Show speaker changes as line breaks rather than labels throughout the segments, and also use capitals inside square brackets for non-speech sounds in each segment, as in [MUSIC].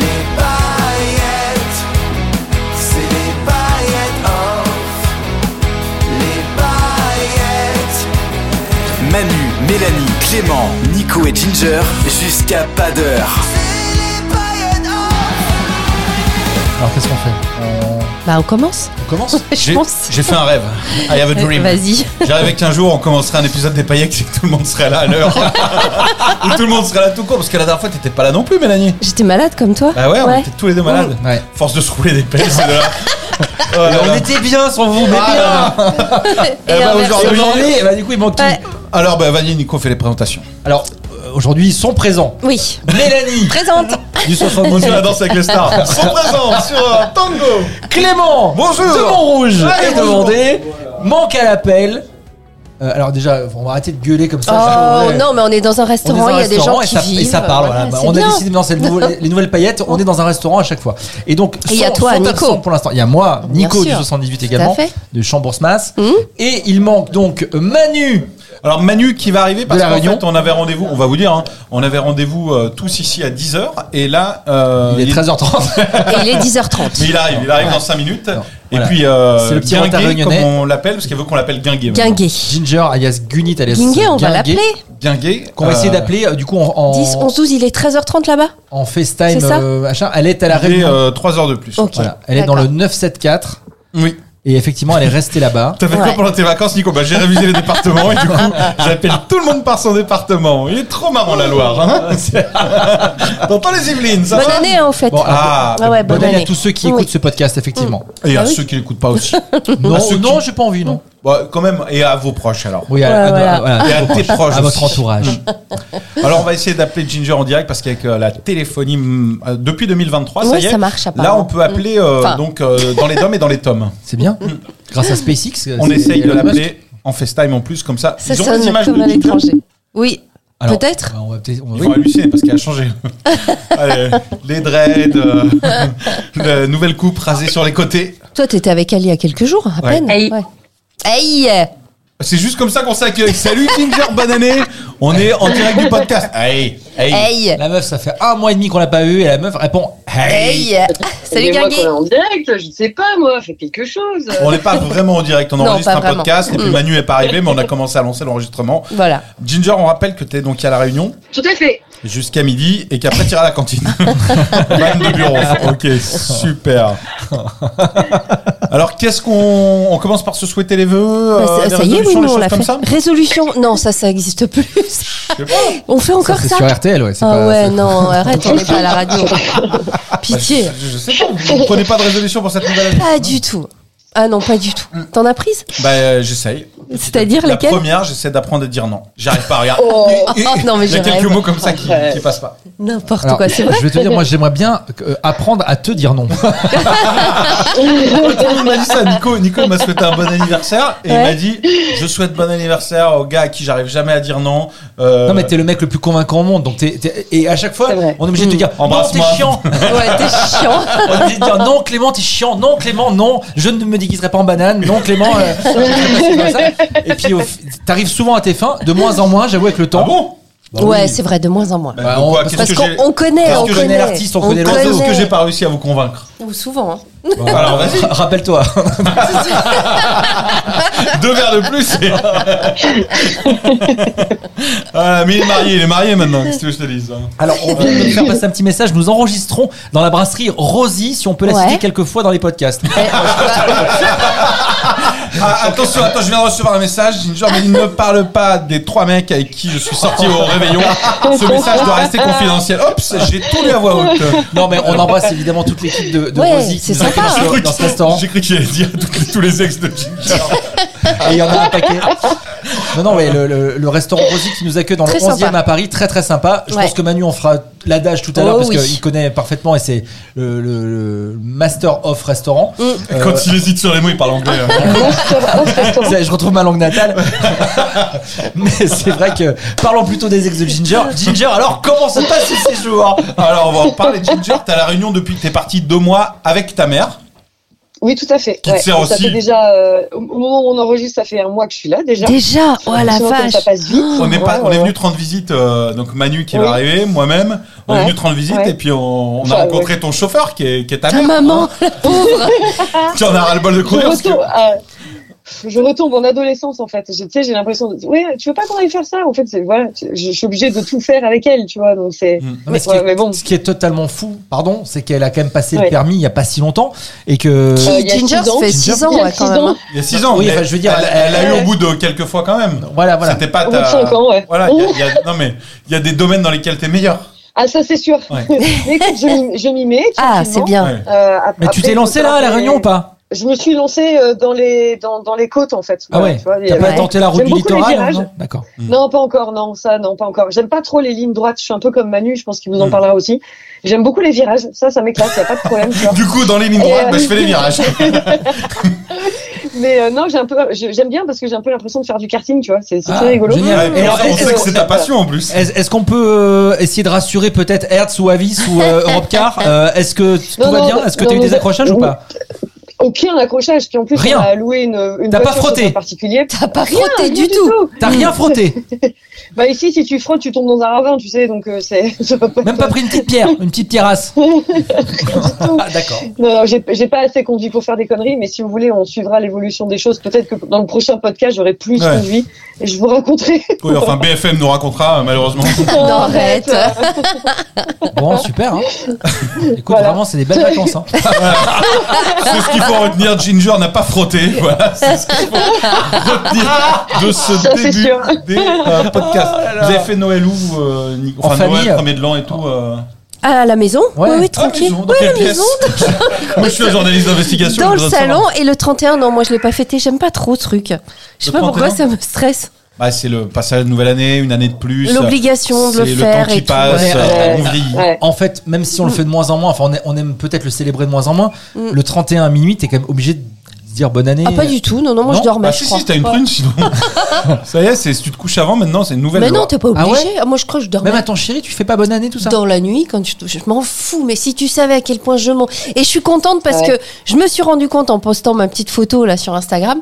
Les paillettes, c'est les paillettes off. Les paillettes. Manu, Mélanie, Clément, Nico et Ginger, jusqu'à pas d'heure. C'est les paillettes off.
Alors qu'est-ce qu'on fait on...
Bah on commence
on commence
Ouais, je
J'ai-
pense.
J'ai fait un rêve. I have a
Ouais,
dream.
Vas-y.
J'ai rêvé qu'un jour on commencerait un épisode des paillettes et que tout le monde serait là à
[LAUGHS]
l'heure. Ou tout le monde serait là tout court parce que la dernière fois t'étais pas là non plus Mélanie.
J'étais malade comme toi.
Bah ouais, on était tous les deux malades. Force de se rouler des pelles, c'est de [LAUGHS] là. Oh là là.
était bien sans vous, mais
Et
Ah
Ah
Eh bah,
inversement.
aujourd'hui-
du coup, il manque
Ouais.
qui
Alors bah vas-y Nico fait les présentations.
Alors, euh, aujourd'hui, ils sont présents.
Oui.
[LAUGHS]
Oh,
Mélanie
Présente.
du 60
On la danse avec les stars. [LAUGHS] Ils sont présents sur euh, Tango.
Clément
Bonjour.
de Montrouge
Allez,
est
bonjour.
demandé. Manque à l'appel. Euh, alors déjà, on va arrêter de gueuler comme ça.
Oh
Ouais.
non mais on est dans un
On est
restaurant,
dans
il
un
y a des gens
restaurant et
qui
ça,
vivent. Ah,
Et ça parle, voilà. Bah,
c'est
on
bien.
a décidé dans cette nouveau-
[LAUGHS]
les nouvelles paillettes, on est dans un restaurant à chaque fois. Et donc,
Et il y a
sont-
toi,
sont
Nico.
absents Pour l'instant, il y a moi,
Bien
Nico du
sûr.
78
à
également,
fait. Mmh.
de Chambours-Mas. Et il manque donc Manu
Alors Manu qui va arriver parce
De la
qu'en
Réunion.
fait on avait rendez-vous, on va vous dire, hein, on avait rendez-vous euh, tous ici à 10h et là... euh,
Il est
[LAUGHS]
13h30.
Et il est
Mais
10h30.
il arrive, il arrive dans 5 minutes. Et
Voilà.
puis, euh,
C'est le petit retard
Guinguet, comme
réunionnais.
on l'appelle, parce qu'elle veut qu'on l'appelle Guinguet. maintenant.
Guinguet.
Ginger alias Gunit alias
Guinguet, on va
Guinguet,
l'appeler.
Guinguet.
Qu'on va essayer
euh,
d'appeler euh, du coup en, en,
10, 11, 12, il est 13h30 là-bas
en
C'est
FaceTime
ça
euh, machin. Elle est à la
Il est euh,
Réunion.
3 heures de plus.
Ok.
Voilà. Elle est dans le 974
Oui.
et effectivement elle est restée là-bas.
T'as fait
Ouais.
quoi pendant tes vacances, Nico Bah, j'ai révisé les départements et du
[LAUGHS]
coup, j'appelle tout le monde par son département. Il est trop marrant, la Loire. Hein
[LAUGHS]
Dans pas les Yvelines, ça
Bonne
va
année hein, au fait.
Bon,
[LAUGHS]
alors,
Ah,
Ah ouais,
bonne, année à
année.
tous ceux qui
Oui.
écoutent ce podcast
[LAUGHS]
effectivement.
Et à
Ah oui.
ceux qui l'écoutent pas
[LAUGHS]
aussi.
Non,
À ceux
non,
qui-
j'ai pas
Mmh.
envie non.
Bah, quand même, et à vos proches alors.
Oui, à,
Voilà,
à-
voilà.
voilà,
Et à tes proches.
à votre
aussi. Mmh.
entourage.
Alors on va essayer d'appeler Ginger en direct parce qu'avec euh, la téléphonie mm, euh, depuis 2023, ça
Ouais,
y est,
ça marche,
là
apparemment.
on peut appeler euh,
Enfin.
donc euh, dans les DOM et dans les tomes.
C'est bien. Grâce à SpaceX.
Mmh.
euh,
On
c'est-
essaye de
Elon Musk.
l'appeler en FaceTime en plus comme ça.
Ça
Ils ont les
sonne
images de
comme à
Ginger.
l'étranger. Oui,
Alors,
peut-être.
bah, On va peut-être. on va-
Ils
oui.
vont halluciner parce qu'elle a
[LAUGHS]
changé. Allez, les dreads, euh, la nouvelle coupe rasée sur les côtés.
Toi, t'étais avec Ali il y a quelques jours, à
Ouais.
peine.
Hey.
Ouais. Hey.
C'est juste comme ça qu'on s'accueille. Salut Ginger, bonne année. On est en direct du podcast. Hey, hey.
Hey
La meuf, ça fait un mois et demi qu'on l'a pas eu et la meuf répond Hey.
Hey [LAUGHS] Salut
Mais moi,
Guinguet
quand on est en direct, je ne sais pas, moi, fais quelque chose.
On n'est pas vraiment en direct, on
Non,
enregistre
pas
un
vraiment.
podcast et puis
Mm.
Manu est pas arrivé mais on a commencé à lancer l'enregistrement.
Voilà.
Ginger, on rappelle que tu es donc à la réunion
Tout à fait.
jusqu'à midi et qu'après tu iras à la cantine. Même de bureau. Ok, super. Alors qu'est-ce qu'on on commence par se souhaiter les vœux
Bah,
euh,
ça-
des
ça y est, oui,
résolutions,
nous
des
on
choses
l'a
comme
fait. [LAUGHS]
ça
Résolution, non, ça, ça existe plus. [LAUGHS]
Je sais pas.
On fait
Ça,
encore
c'est
ça,
sur RTL, ouais. c'est
Ah
pas-
ouais,
c'est- [LAUGHS]
non, arrête, on n'est pas à la radio.
Bah,
Pitié.
Je, je sais pas, vous ne prenez pas de résolution pour cette nouvelle année
Pas du tout. Ah non, pas du tout. T'en as prise
Bah euh, j'essaye.
C'est-à-dire
La
lesquelles
première, j'essaie d'apprendre à dire non. J'arrive pas à regarder.
[LAUGHS]
Oh.
Non, mais
Il y a
je
quelques
rêve.
mots comme ça qui,
Ouais.
qui passent pas.
N'importe
Alors,
quoi, c'est vrai.
Je vais te dire, moi j'aimerais bien euh, apprendre à te dire non.
Euh. Tout le monde m'a dit ça. Nico, Nico m'a souhaité un bon anniversaire et il
Ouais.
m'a dit Je souhaite bon anniversaire au gars à qui j'arrive jamais à dire non. Euh,
[LAUGHS] Non mais t'es le mec le plus convaincant au monde, donc t'es- t'es- et à chaque fois
C'est vrai.
on est obligé de
Mmh.
te dire non t'es
Embrasse-moi.
chiant.
[LAUGHS]
Ouais, t'es chiant.
Bah
on est obligé de dire non Clément t'es chiant, non Clément non, je ne me déguiserai pas en banane, non Clément. euh, je vais passer comme ça. Et puis au fi- t'arrives souvent à tes fins, de moins en moins j'avoue avec le temps.
Ah bon Bah
Ouais,
oui.
c'est vrai, de moins en moins.
Bah,
Bah,
donc,
on-
quoi, qu'est-ce
parce
Parce
que j'ai-
qu'on on connaît,
parce
on
que je
connaît.
connais l'artiste, on connaît
Quand
le
est-ce que j'ai pas réussi à vous convaincre
Ou souvent. hein.
Bah, Alors vas-y, rappelle-toi.
Deux verres de plus
[LAUGHS]
et- Voilà, Ah, Mais il est marié, il est marié maintenant, qu'est-ce que je te dise hein.
Alors on va [LAUGHS] te faire passer un petit message, nous enregistrons dans la brasserie Rosie si on peut la
Ouais.
citer quelques fois dans les podcasts.
Eh, bah,
Ah, attention, attends, je viens de recevoir un message. Ginger me dit ne parle pas des trois mecs avec qui je suis sorti au réveillon. Ce message doit rester confidentiel. Oups, j'ai tout lu à voix haute.
Non, mais on embrasse évidemment toute l'équipe de, de
Ouais,
Rosie
c'est
qui nous accueille
sympa, hein.
sur-
J'ai cru
dans ce
que-
restaurant.
J'ai cru qu'il allait dire tous les- tous les ex de Ginger.
Et il y en a un paquet. Non, non, mais le, le- le restaurant Rosie qui nous accueille dans
Très
le 11 e
sympa.
à Paris, très très sympa. Je
Ouais.
pense que Manu en fera l'adage tout à l'heure
Oh
parce
oui.
qu'il connaît parfaitement et c'est le, le- le master of restaurant. Euh,
Quand il hésite sur les mots, il parle
[LAUGHS]
anglais. hein.
Ça, je retrouve ma
[LAUGHS]
langue natale. Mais c'est vrai que parlons plutôt des ex de Ginger. Ginger, alors comment se passent ces jours
Alors, on va en parler. Ginger, t'es à la réunion depuis que t'es parti deux mois avec ta mère.
Oui, tout à fait.
Qui te sert
Ça
aussi.
fait déjà, euh, au moment où on enregistre, ça fait un mois que je suis là déjà.
Déjà, oh la
Sinon, comme
vache.
Ça passe vite.
On est, pas,
Ouais,
on est
ouais.
venu te rendre visite, euh, donc Manu qui
Oui.
va arriver, moi-même. On est
Ouais.
venu te rendre visite
Ouais.
et puis on, on a
Ouais,
rencontré ton chauffeur qui est, qui est ta
Ta
mère. Hein.
maman, la pauvre.
Tu en as ras le bol de
je
courir. parce que-
retombe, à- je retombe en adolescence en fait. Je- Tu sais, j'ai l'impression de ouais, tu veux pas qu'on aille faire ça En fait, c'est- voilà, tu- je, je suis obligée de tout faire avec elle, tu vois. Donc c'est.
Hmm.
Non, mais, ce,
Ouais,
qui est,
mais bon.
ce qui est totalement fou, pardon, c'est qu'elle a quand même passé le
Ouais.
permis il n'y a pas si longtemps et que.
Euh, il y a
Ginger,
six
ça
ans.
fait
Ginger,
6 ans
il y a
ouais, quand
six
même. hein.
ans.
Il y a 6 ans.
Oui,
mais
enfin, je veux dire,
elle,
elle-
elle a eu au bout de quelques fois quand même.
Voilà, voilà.
C'était pas
Au bout de
ta.
cinq ans, ouais.
Ah, Voilà, il y a- il y
[LAUGHS]
a- non mais il y a des domaines dans lesquels t'es meilleur.
Ah, ça c'est sûr.
Ouais.
Mais [LAUGHS] écoute, je m'y- je m'y mets.
Ah,
tranquillement.
c'est bien.
Ouais.
Euh, ap-
Mais tu
après,
t'es lancé
faut
là à la
faire des-
réunion ou pas
Je me suis lancée euh, dans les dans, dans les côtes en fait.
Ah
Voilà,
ouais
tu vois,
T'as
les- euh,
pas
ouais.
tenté la route
J'aime
du
beaucoup les
littoral
virages.
non D'accord.
Non, pas encore, non, ça, non, pas encore. J'aime pas trop les lignes droites, je suis un peu comme Manu, je pense qu'il vous en
Hmm.
Mm.
parlera aussi. J'aime beaucoup les virages, ça, ça m'éclate, y a pas de problème, tu
[LAUGHS]
vois.
Du coup, dans les lignes
Et,
droites,
euh,
bah, je fais les virages.
[LAUGHS] Mais euh, non, j'ai un peu, je- j'aime bien parce que j'ai un peu l'impression de faire du karting, tu vois, c'est c'est
Ah,
très rigolo.
génial.
Ouais,
Et
on-
alors,
on
est-ce
sait que
que-
c'est ta passion en plus.
Est-ce est-ce qu'on peut euh, essayer de rassurer peut-être Hertz ou Avis
[LAUGHS]
ou euh, Europcar Euh, Est-ce que t- tout
Non,
va
non,
bien Est-ce que
non,
t'as eu
non,
des
non,
accrochages ou
non.
pas
Aucun accrochage, puis en plus,
Rien.
on a loué une, une
T'as pas
voiture
frotté.
chez un particulier.
T'as pas frotté
Rien
du tout.
T'as
[LAUGHS]
rien frotté
Bah ici, si tu frottes, tu tombes dans un ravin, tu sais, donc euh, c'est... [LAUGHS] ça va pas
Même pas pris une petite pierre, une petite
[LAUGHS]
terrasse [LAUGHS]
du tout.
Ah d'accord.
Non, non, j'ai j'ai pas assez conduit pour faire des conneries, mais si vous voulez, on suivra l'évolution des choses. Peut-être que dans le prochain podcast, j'aurai plus
Ouais.
conduit et je vous raconterai.
Oui,
[LAUGHS]
enfin BFM nous racontera euh, malheureusement.
Non, arrête.
Bon, super.
[LAUGHS]
hein. Écoute,
Voilà.
vraiment, c'est des belles vacances. hein.
C'est ce qu'il faut retenir. Ginger n'a pas frotté. Voilà, c'est ce qu'il faut retenir de ce
Ah, Ça, c'est
début
sûr. Oh
des euh, podcasts. Vous avez fait Noël où euh, Nico
En
Enfin,
famille.
Noël, premier de l'an et tout. euh,
À la maison Oui,
Ouais. Ah,
oui, tranquille.
à la maison, dans
Ouais,
quelle
la maison.
[LAUGHS] Moi, je suis un journaliste d'investigation.
Dans
je
le
voudrais savoir.
salon et le 31, non, moi je l'ai pas fêté, j'aime pas trop ce truc. Je sais
Le
pas pourquoi
31?
ça me stresse.
Bah, c'est le passage de nouvelle année, une année de plus.
L'obligation de le
C'est
faire
temps qui
et tout.
passe,
Ouais,
euh,
ouais.
on vieillit.
Ouais.
En fait, même si on le fait de moins en moins, enfin, on, est- on aime peut-être le célébrer de moins en moins,
Mm.
le 31 à minuit, t'es quand même obligé de dire bonne année.
Ah, pas du tout, non, non, moi
Non
je dormais.
Bah,
je
si,
crois.
si, t'as une prune
[LAUGHS]
sinon. ça y est, c'est, si tu te couches avant, maintenant, c'est une nouvelle
Mais non,
loi.
t'es pas
Ah ouais
obligé. Ah, moi je crois que je dormais.
Même à ton chéri, tu fais pas bonne année, tout ça
Dans la nuit, quand je, je m'en fous, mais si tu savais à quel point je m'en. Et je suis contente parce
Ouais.
que je me suis rendu compte en postant ma petite photo là sur Instagram.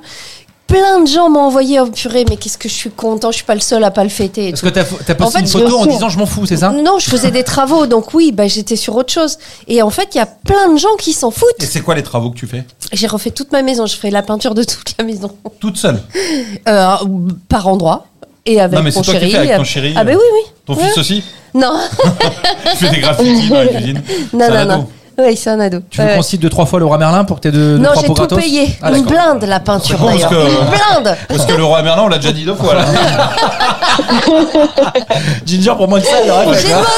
Plein de gens m'ont envoyé, oh purée, mais qu'est-ce que je suis content, je suis pas le seul à pas le fêter. et
Parce
tout.
que t'as fo- t'as posté
En fait,
une photo
bien
en
sûr.
disant je m'en fous, c'est ça
Non, je faisais des travaux, donc oui, bah, j'étais sur autre chose. Et en fait, il y a plein de gens qui s'en
Et
foutent.
c'est quoi les travaux que tu fais
J'ai refait toute ma maison, je fais la peinture de toute la maison,
Toute seule.
Euh, par endroit, et avec
non, mais
mon
c'est toi
chéri.
qui fais avec ton chéri. euh.
Ah, ben oui, oui.
Ton
Ouais.
fils aussi [LAUGHS]
Non,
Tu fais des graffitis dans la cuisine.
[LAUGHS] non,
C'est un
non, non.
ado.
Oui, c'est un ado.
Tu veux
Ouais.
qu'on cite deux, trois fois Laura Merlin pour que t'aies deux, deux,
Euh, Non,
trois
j'ai
pots
tout
gratos
payé.
Ah,
une
d'accord.
blinde la peinture
con, parce
d'ailleurs.
que-
Une blinde.
Parce que le roi Merlin, on l'a déjà dit deux
[LAUGHS]
fois. Là.
Ah,
Ginger, pour moi, le sale, hein,
Oh, J'ai
quoi.
moche.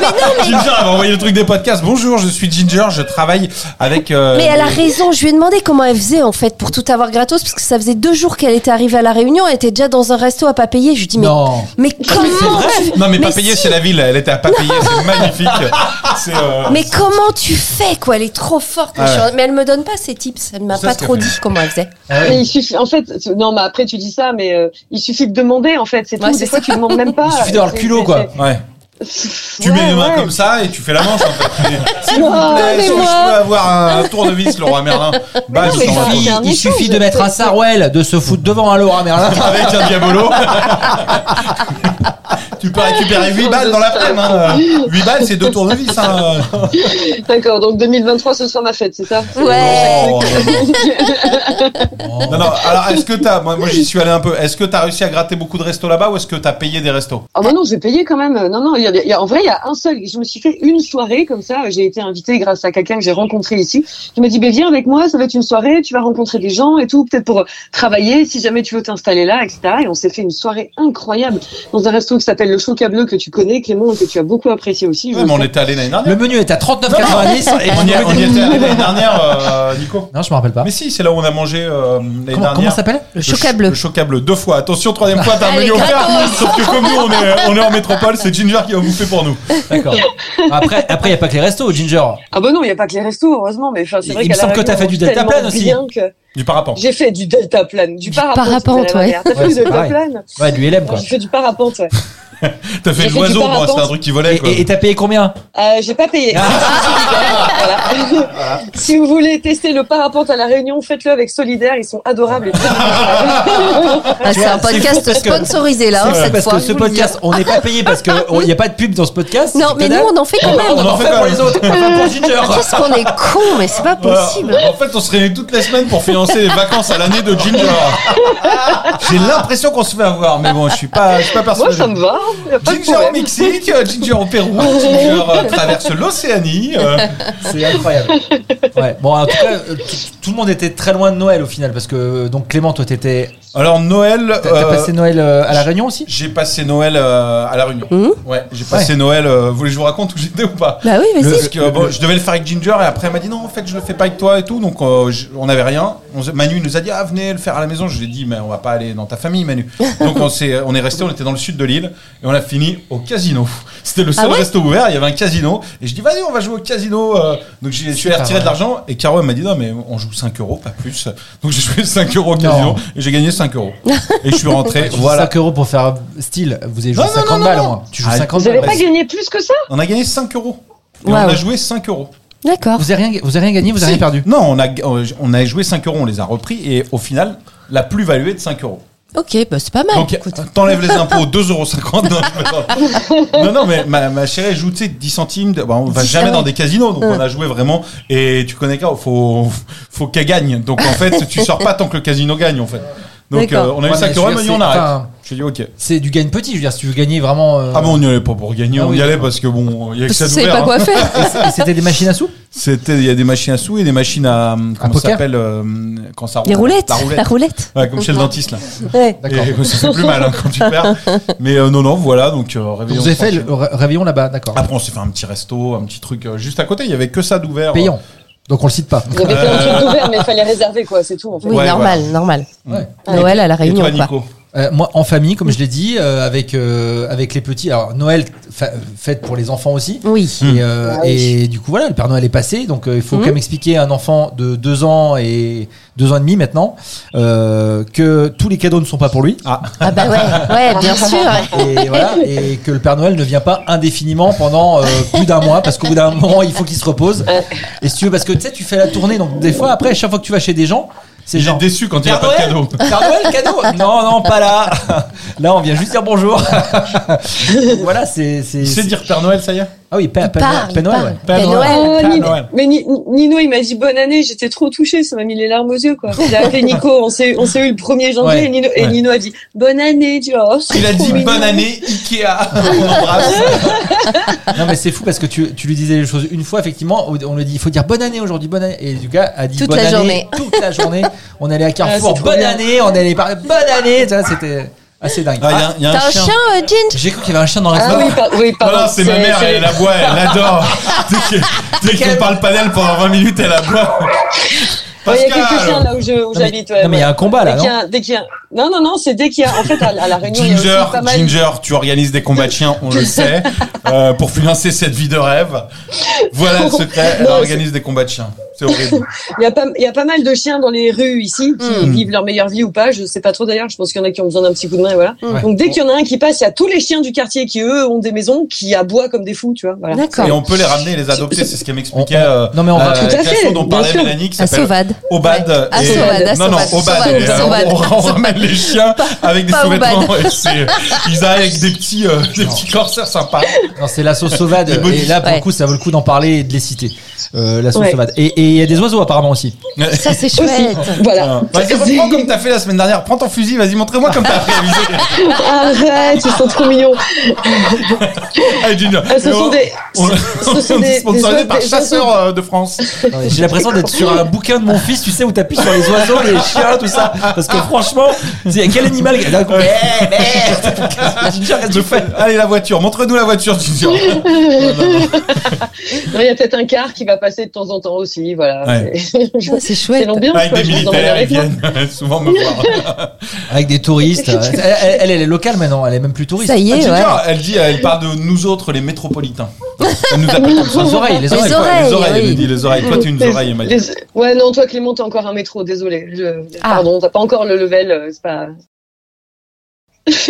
Mais non, mais,
Ginger, elle m'a envoyé le truc des podcasts. Bonjour, je suis Ginger, je travaille avec. euh,
mais elle a raison. Je lui ai demandé comment elle faisait en fait pour tout avoir gratos parce que ça faisait deux jours qu'elle était arrivée à la Réunion. Elle était déjà dans un resto à pas payer. Je lui dis mais
Non.
mais comment tu-
Non, Ah, mais, pas
mais
payé,
si.
c'est la ville. Elle était à pas payer, c'est magnifique.
[LAUGHS]
C'est, euh,
mais comment tu fais quoi Elle est trop forte.
Ah
Je suis-
ouais.
Mais elle me donne pas ses tips. Elle m'a
C'est
pas
ce qu'elle
trop
fait.
dit comment elle faisait.
Ah
Mais il suffit, en fait, c'est- non, mais après tu dis ça, mais euh, il suffit de demander en fait, c'est
Ouais,
tout.
c'est
Des fois tu demandes même pas.
Il suffit d'avoir le
C'est-
culot,
c'est-
quoi.
Ouais.
c'est-
Tu mets les mains
ouais,
comme ça et tu fais la manche en
[LAUGHS]
fait. Mais- S'il vous
Non,
plaît, est-ce que je
donnez-moi.
peux avoir
[LAUGHS]
un, un tournevis, le roi Merlin Bah,
non,
je
mais
t'en
ça-
raconte.
Il,
c'est un
il
échange,
suffit de mettre un
[LAUGHS]
c'est-
Sarwell, de se foutre devant un Laura Merlin.
avec un diabolo. tu peux récupérer 8 balles dans la prime. Hein. 8 balles, c'est deux tournevis. Hein.
D'accord, donc 2023, ce sera ma fête, c'est ça
Ouais.
Oh. Non, non, alors est-ce que t'as, moi, moi, j'y suis allé un peu, est-ce que t'as réussi à gratter beaucoup de restos là-bas ou est-ce que t'as payé des restos
Oh bah non, j'ai payé quand même. Non, non, il y a- il y a- en vrai, il y a un seul. Je me suis fait une soirée comme ça. J'ai été invitée grâce à quelqu'un que j'ai rencontré ici. Je me dis, ben viens avec moi, ça va être une soirée, tu vas rencontrer des gens et tout, peut-être pour travailler, si jamais tu veux t'installer là, etc. Et on s'est fait une soirée incroyable dans un resto qui s'appelle Le Choca Bleu, que tu connais, Clément, et que tu as beaucoup apprécié aussi. je
Ouais, mais
le
on
sais.
était allé l'année dernière.
Le menu est à 39,90 et
On y, on y
était-
était allé l'année dernière, euh, Nico.
Non, je me rappelle pas.
Mais si, c'est là où on a mangé euh, l'année
Comment,
dernière.
comment ça s'appelle
Le
Le
choca
ch-
bleu.
Le choca bleu, deux fois. Attention, troisième fois, t'as un
Allez,
menu offert. Sauf que comme nous, on est, on est en métropole, c'est Ginger qui a bouffé pour nous.
[LAUGHS]
D'accord. Après, après, il y a pas que les restos, Ginger.
Ah bah non, il n'y a pas que les restos, heureusement, mais enfin, c'est
Il-
vrai
il me
qu'à la
semble que t'as
Réunion,
fait du
on mange
deltaplane aussi.
tellement bien que
Du parapente.
J'ai fait du deltaplane, du,
Du
parapente.
parapente,
c'est la
ouais.
merde. T'as
Ouais,
fait du
c'est pareil.
deltaplane
Ouais, du LM quoi.
J'ai fait du parapente, ouais.
T'as fait
J'ai fait du
l'oiseau, moi,
parapente.
c'est un truc qui volait,
Et-
quoi.
Et et t'as payé combien
Euh, j'ai
[LAUGHS]
pas payé. Voilà. si vous voulez tester le parapente à la Réunion, faites-le avec Solidaire, ils sont adorables. et très bien.
Ah, c'est un
vois, c'est fou
podcast
parce que-
sponsorisé là, hein,
C'est
cette
parce
fois.
que
je
ce
vous le dis.
podcast, on n'est pas payé parce
[LAUGHS]
qu'il n'y a pas de pub dans ce podcast.
Non,
c'est
mais nous,
dalle.
on en fait quand même.
on en fait pour les autres, on en fait pour Ginger.
Ah, Qu'est-ce qu'on est con, mais c'est pas
Voilà.
possible.
Euh, En fait, on se réunit toutes les semaines pour financer les vacances à l'année de Ginger. J'ai l'impression qu'on se fait avoir, mais bon, je suis pas, je suis pas
Moi,
persuadé.
ça me va. Y a pas de
Ginger au
problème.
Mexique, euh, Ginger au Pérou,
[LAUGHS]
Ginger euh, traverse l'Océanie. euh.
C'est incroyable. Ouais. Bon, en tout cas, euh, tout- tout le monde était très loin de Noël au final parce que euh, donc Clément, toi, t'étais.
Alors Noël,
T'as t'as
euh,
passé Noël euh, à la Réunion aussi
j'ai passé Noël euh, à la Réunion.
Mmh.
Ouais, j'ai passé Noël. euh, vous voulez que je vous raconte où j'étais ou pas
Bah oui,
Le-
vas-y.
parce que, bon, je devais le faire avec Ginger et après elle m'a dit non en fait je le fais pas avec toi et tout donc euh, je- on avait rien. On, se- Manu nous a dit ah venez le faire à la maison. Je lui ai dit mais on va pas aller dans ta famille
[LAUGHS]
Manu. Donc on est, on est resté on était dans le sud de l'île et on a fini au casino. [LAUGHS] C'était le seul
Ah ouais
resto ouvert il y avait un casino et je dis vas-y on va jouer au casino. euh. donc j'ai- je suis allé
pas
retirer de
vrai.
l'argent et Caro elle m'a dit non mais on joue 5 euros pas plus. Donc j'ai joué [LAUGHS] 5 euros au casino
Non.
et j'ai gagné 5 euros et
[LAUGHS]
je suis rentré
Tu joues
voilà
5 euros pour faire style. Vous avez joué
Non, non,
50
non,
balles
non,
au
non.
moins. Tu joues
Ah,
50
Vous avez
balles.
pas gagné plus que ça
on a gagné 5 euros. Et on
Waouh.
a joué 5 euros.
D'accord.
Vous avez rien, vous avez rien gagné, vous avez
Si.
rien perdu.
Non, on a, euh, on a joué 5 euros, on les a repris et au final, la plus-value est de 5 euros.
Ok, bah c'est pas mal.
Donc,
écoute.
t'enlèves les
[LAUGHS]
impôts, 2,50 euros. Non, je me trompe. non, non, mais ma, ma chérie joue, tu sais, 10 centimes. de- bah, on va
Dix-
jamais
ah
dans
ouais.
des casinos, donc on a joué vraiment. Et tu connais Caro, faut, faut qu'elle gagne. Donc, en fait, tu sors pas tant que le casino gagne, en fait. Donc,
D'accord.
euh, on a eu
Ouais,
5
mais
euros,
je
elle m'a
veux
dit,
dire,
on
c'est-
arrête.
enfin,
Je lui ai dit, ok.
C'est du gagne petit. Je veux dire, si tu veux gagner vraiment. euh,
Ah, mais on n'y allait pas pour gagner,
Ah
on
oui,
y allait
d'accord.
parce que bon, il y a que
Parce
ça
que vous savez
d'ouvert.
pas
hein.
quoi faire.
et c'était des machines à sous
C'était, il y a des machines à sous et des machines à, comment ça
poker
s'appelle, euh, quand ça roule.
Les roulettes.
La
La
roulette.
roulette.
Ouais, comme chez le dentiste, là.
Ouais.
D'accord.
Et ça fait plus mal hein, quand tu [LAUGHS] perds. Mais euh, non, non, voilà, donc euh, réveillon.
Donc vous avez fait
tranquille.
le ré- réveillon là-bas, d'accord.
Après, on s'est fait un petit resto, un petit truc euh, juste à côté. Il y avait que ça d'ouvert.
Payant. Donc on le cite pas.
Vous avez fait un truc ouvert, mais il fallait réserver, quoi, c'est tout, en fait.
Oui,
Ouais,
normal, normal.
Ouais.
Noël à la
Et
Réunion,
toi,
quoi.
Nico
Euh, moi, en famille, comme je l'ai dit, euh, avec euh, avec les petits. Alors Noël, fa- fête pour les enfants aussi.
Oui.
Hmm.
Et, euh,
Ah oui.
et du coup, voilà, le Père Noël est passé. Donc, euh, il faut
Mhm.
quand même expliquer à un enfant de deux ans et deux ans et demi maintenant euh, que tous les cadeaux ne sont pas pour lui.
Ah bah ouais, ouais,
[LAUGHS]
bien sûr.
Et, voilà, et que le Père Noël ne vient pas indéfiniment pendant euh, plus d'un mois parce qu'au bout d'un moment, il faut qu'il se repose. Et si tu veux, parce que tu sais, tu fais la tournée. Donc, des fois, après, à chaque fois que tu vas chez des gens, c'est
Il est
genre. Ah,
déçu quand il n'y a
Père
pas de
Noël,
cadeau.
Père Noël, cadeau Non, non, pas là. Là, on vient juste dire bonjour. [LAUGHS] voilà, c'est.
Tu sais dire Père Noël, ça y est
Ah oui, Père,
Il
Père
part, il
Noël, Père Noël,
part.
ouais.
Père
Père
Noël.
Noël.
Oh,
Père
Ni-
Noël.
Mais Ni- Nino, il m'a dit bonne année, j'étais trop touchée, ça m'a mis les larmes aux yeux, quoi. J'ai appelé Nico, on s'est, on s'est eu le 1er janvier,
Ouais,
et, Nino, et
ouais.
Nino a dit bonne année, tu vois.
Il a dit bonne année, Ikea. On embrasse.
Non mais c'est fou parce que tu, tu lui disais les choses une fois effectivement on lui dit il faut dire bonne année aujourd'hui bonne année et du gars a dit
Toute
bonne
la
année
journée.
toute la journée on allait à
Ah,
Carrefour
c'est trop
bonne
bien.
année on allait parler bonne année tu vois, c'était assez dingue
Ah, il y a- il y, a
T'as un chien, euh, Ginge
j'ai cru qu'il y avait un chien dans la
Ah oui, par- oui,
Non,
pardon.
non, c'est ma mère,
c'est-
elle la boit, elle adore. [LAUGHS] Dès que- dès qu'on
Quel-
parle pas d'elle pendant 20 minutes, elle la boit.
Ouais, Il y a quelques chiens
Pascal,
là où je- où
mais-
j'habite. ouais,
non, mais il y a
ouais.
un combat, Ah là,
Dès
non
qu'il y a- Dès qu'il y a, non, non, non, c'est dès qu'il y a. En fait, à, à la Réunion, il y a
Ginger,
aussi pas mal.
Ginger, tu organises des combats de chiens, on le
[LAUGHS]
sait, euh, pour financer cette vie de rêve. Voilà le secret, elle
Non,
organise des combats de chiens. C'est horrible.
Il y, a pas, il y a pas mal de chiens dans les rues ici qui
Hmm.
vivent leur meilleure vie ou pas. Je sais pas trop d'ailleurs. Je pense qu'il y en a qui ont besoin d'un petit coup de main. et Voilà.
Hmm. Ouais.
Donc dès qu'il y en a un qui passe, il y a tous les chiens du quartier qui eux ont des maisons qui aboient comme des fous, tu vois. Voilà.
D'accord.
Et on peut les ramener et les adopter, c'est ce qu'elle m'expliquait.
On- on-
euh,
non, mais on va-
euh,
Tout à
avec
fait,
l'assaut dont
bien
parlait
sûr.
Mélanie qui
Un
s'appelle
sauvade. Obad.
Au bad.
Ouais. Ah,
et-
Saubad, ah,
Non, non,
Saubad,
au bad.
Saubad,
Et, euh,
Saubad,
on- On
Saubad.
ramène les chiens avec des
pas au
sous-vêtements. et c'est- Ils arrivent avec des petits, euh, des petits corsaires sympas.
Non, c'est l'assaut sauvade.
bonus.
Et là, pour
Ouais.
le coup, ça vaut le coup d'en parler et de les citer. Euh, l'assaut
Ouais.
sauvade. Et et il y a des oiseaux apparemment aussi.
Ça, c'est
Aussi.
chouette.
Voilà.
Euh, Ah. Vas-y, reprends comme t'as fait la semaine dernière. Prends ton fusil, vas-y, montrez-moi comme t'as réalisé.
Arrête, ils sont trop mignons.
Ah, Junior.
Ah, ce sont des-
On,
ce sont
[LAUGHS] on
des-
est
des
sponsorisé
oiseaux-
par
des
Chasseurs euh, de France.
J'ai l'impression d'être sur un bouquin de mon fils, tu sais, où t'appuies sur les oiseaux, les chiens, tout ça. Parce que franchement, c'est quel animal. D'un coup, eh, merde Ginger,
Ah,
qu'est-ce que tu fais
Allez, la voiture. Montre-nous la voiture, Ginger.
Non, Il y a peut-être un quart qui va passer de temps en temps aussi. Voilà.
Ouais.
C'est [LAUGHS]
Ça, c'est
c'est
chouette.
l'ambiance.
[LAUGHS] Avec
quoi,
des
je vous emmène
militaires, ils
avec moi.
viennent euh, [LAUGHS] souvent me voir.
Avec des
[LAUGHS]
touristes. Elle, elle, elle, est locale maintenant, elle est même plus touriste.
Ça y
Ah,
est,
Ginger,
ouais.
elle dit, elle parle de nous autres, les métropolitains. Elle nous appelle comme ça.
Les oreilles, les
Les
oreilles.
Ouais, les
oreilles,
oreilles, elle
oui.
nous dit les oreilles. Toi, tu es une
Les-
oreille, Emmanuel.
les- Ouais, non, toi, Clément, t'as encore un métro, désolé. Je-
Ah.
Pardon, t'as pas encore le level, euh, c'est pas.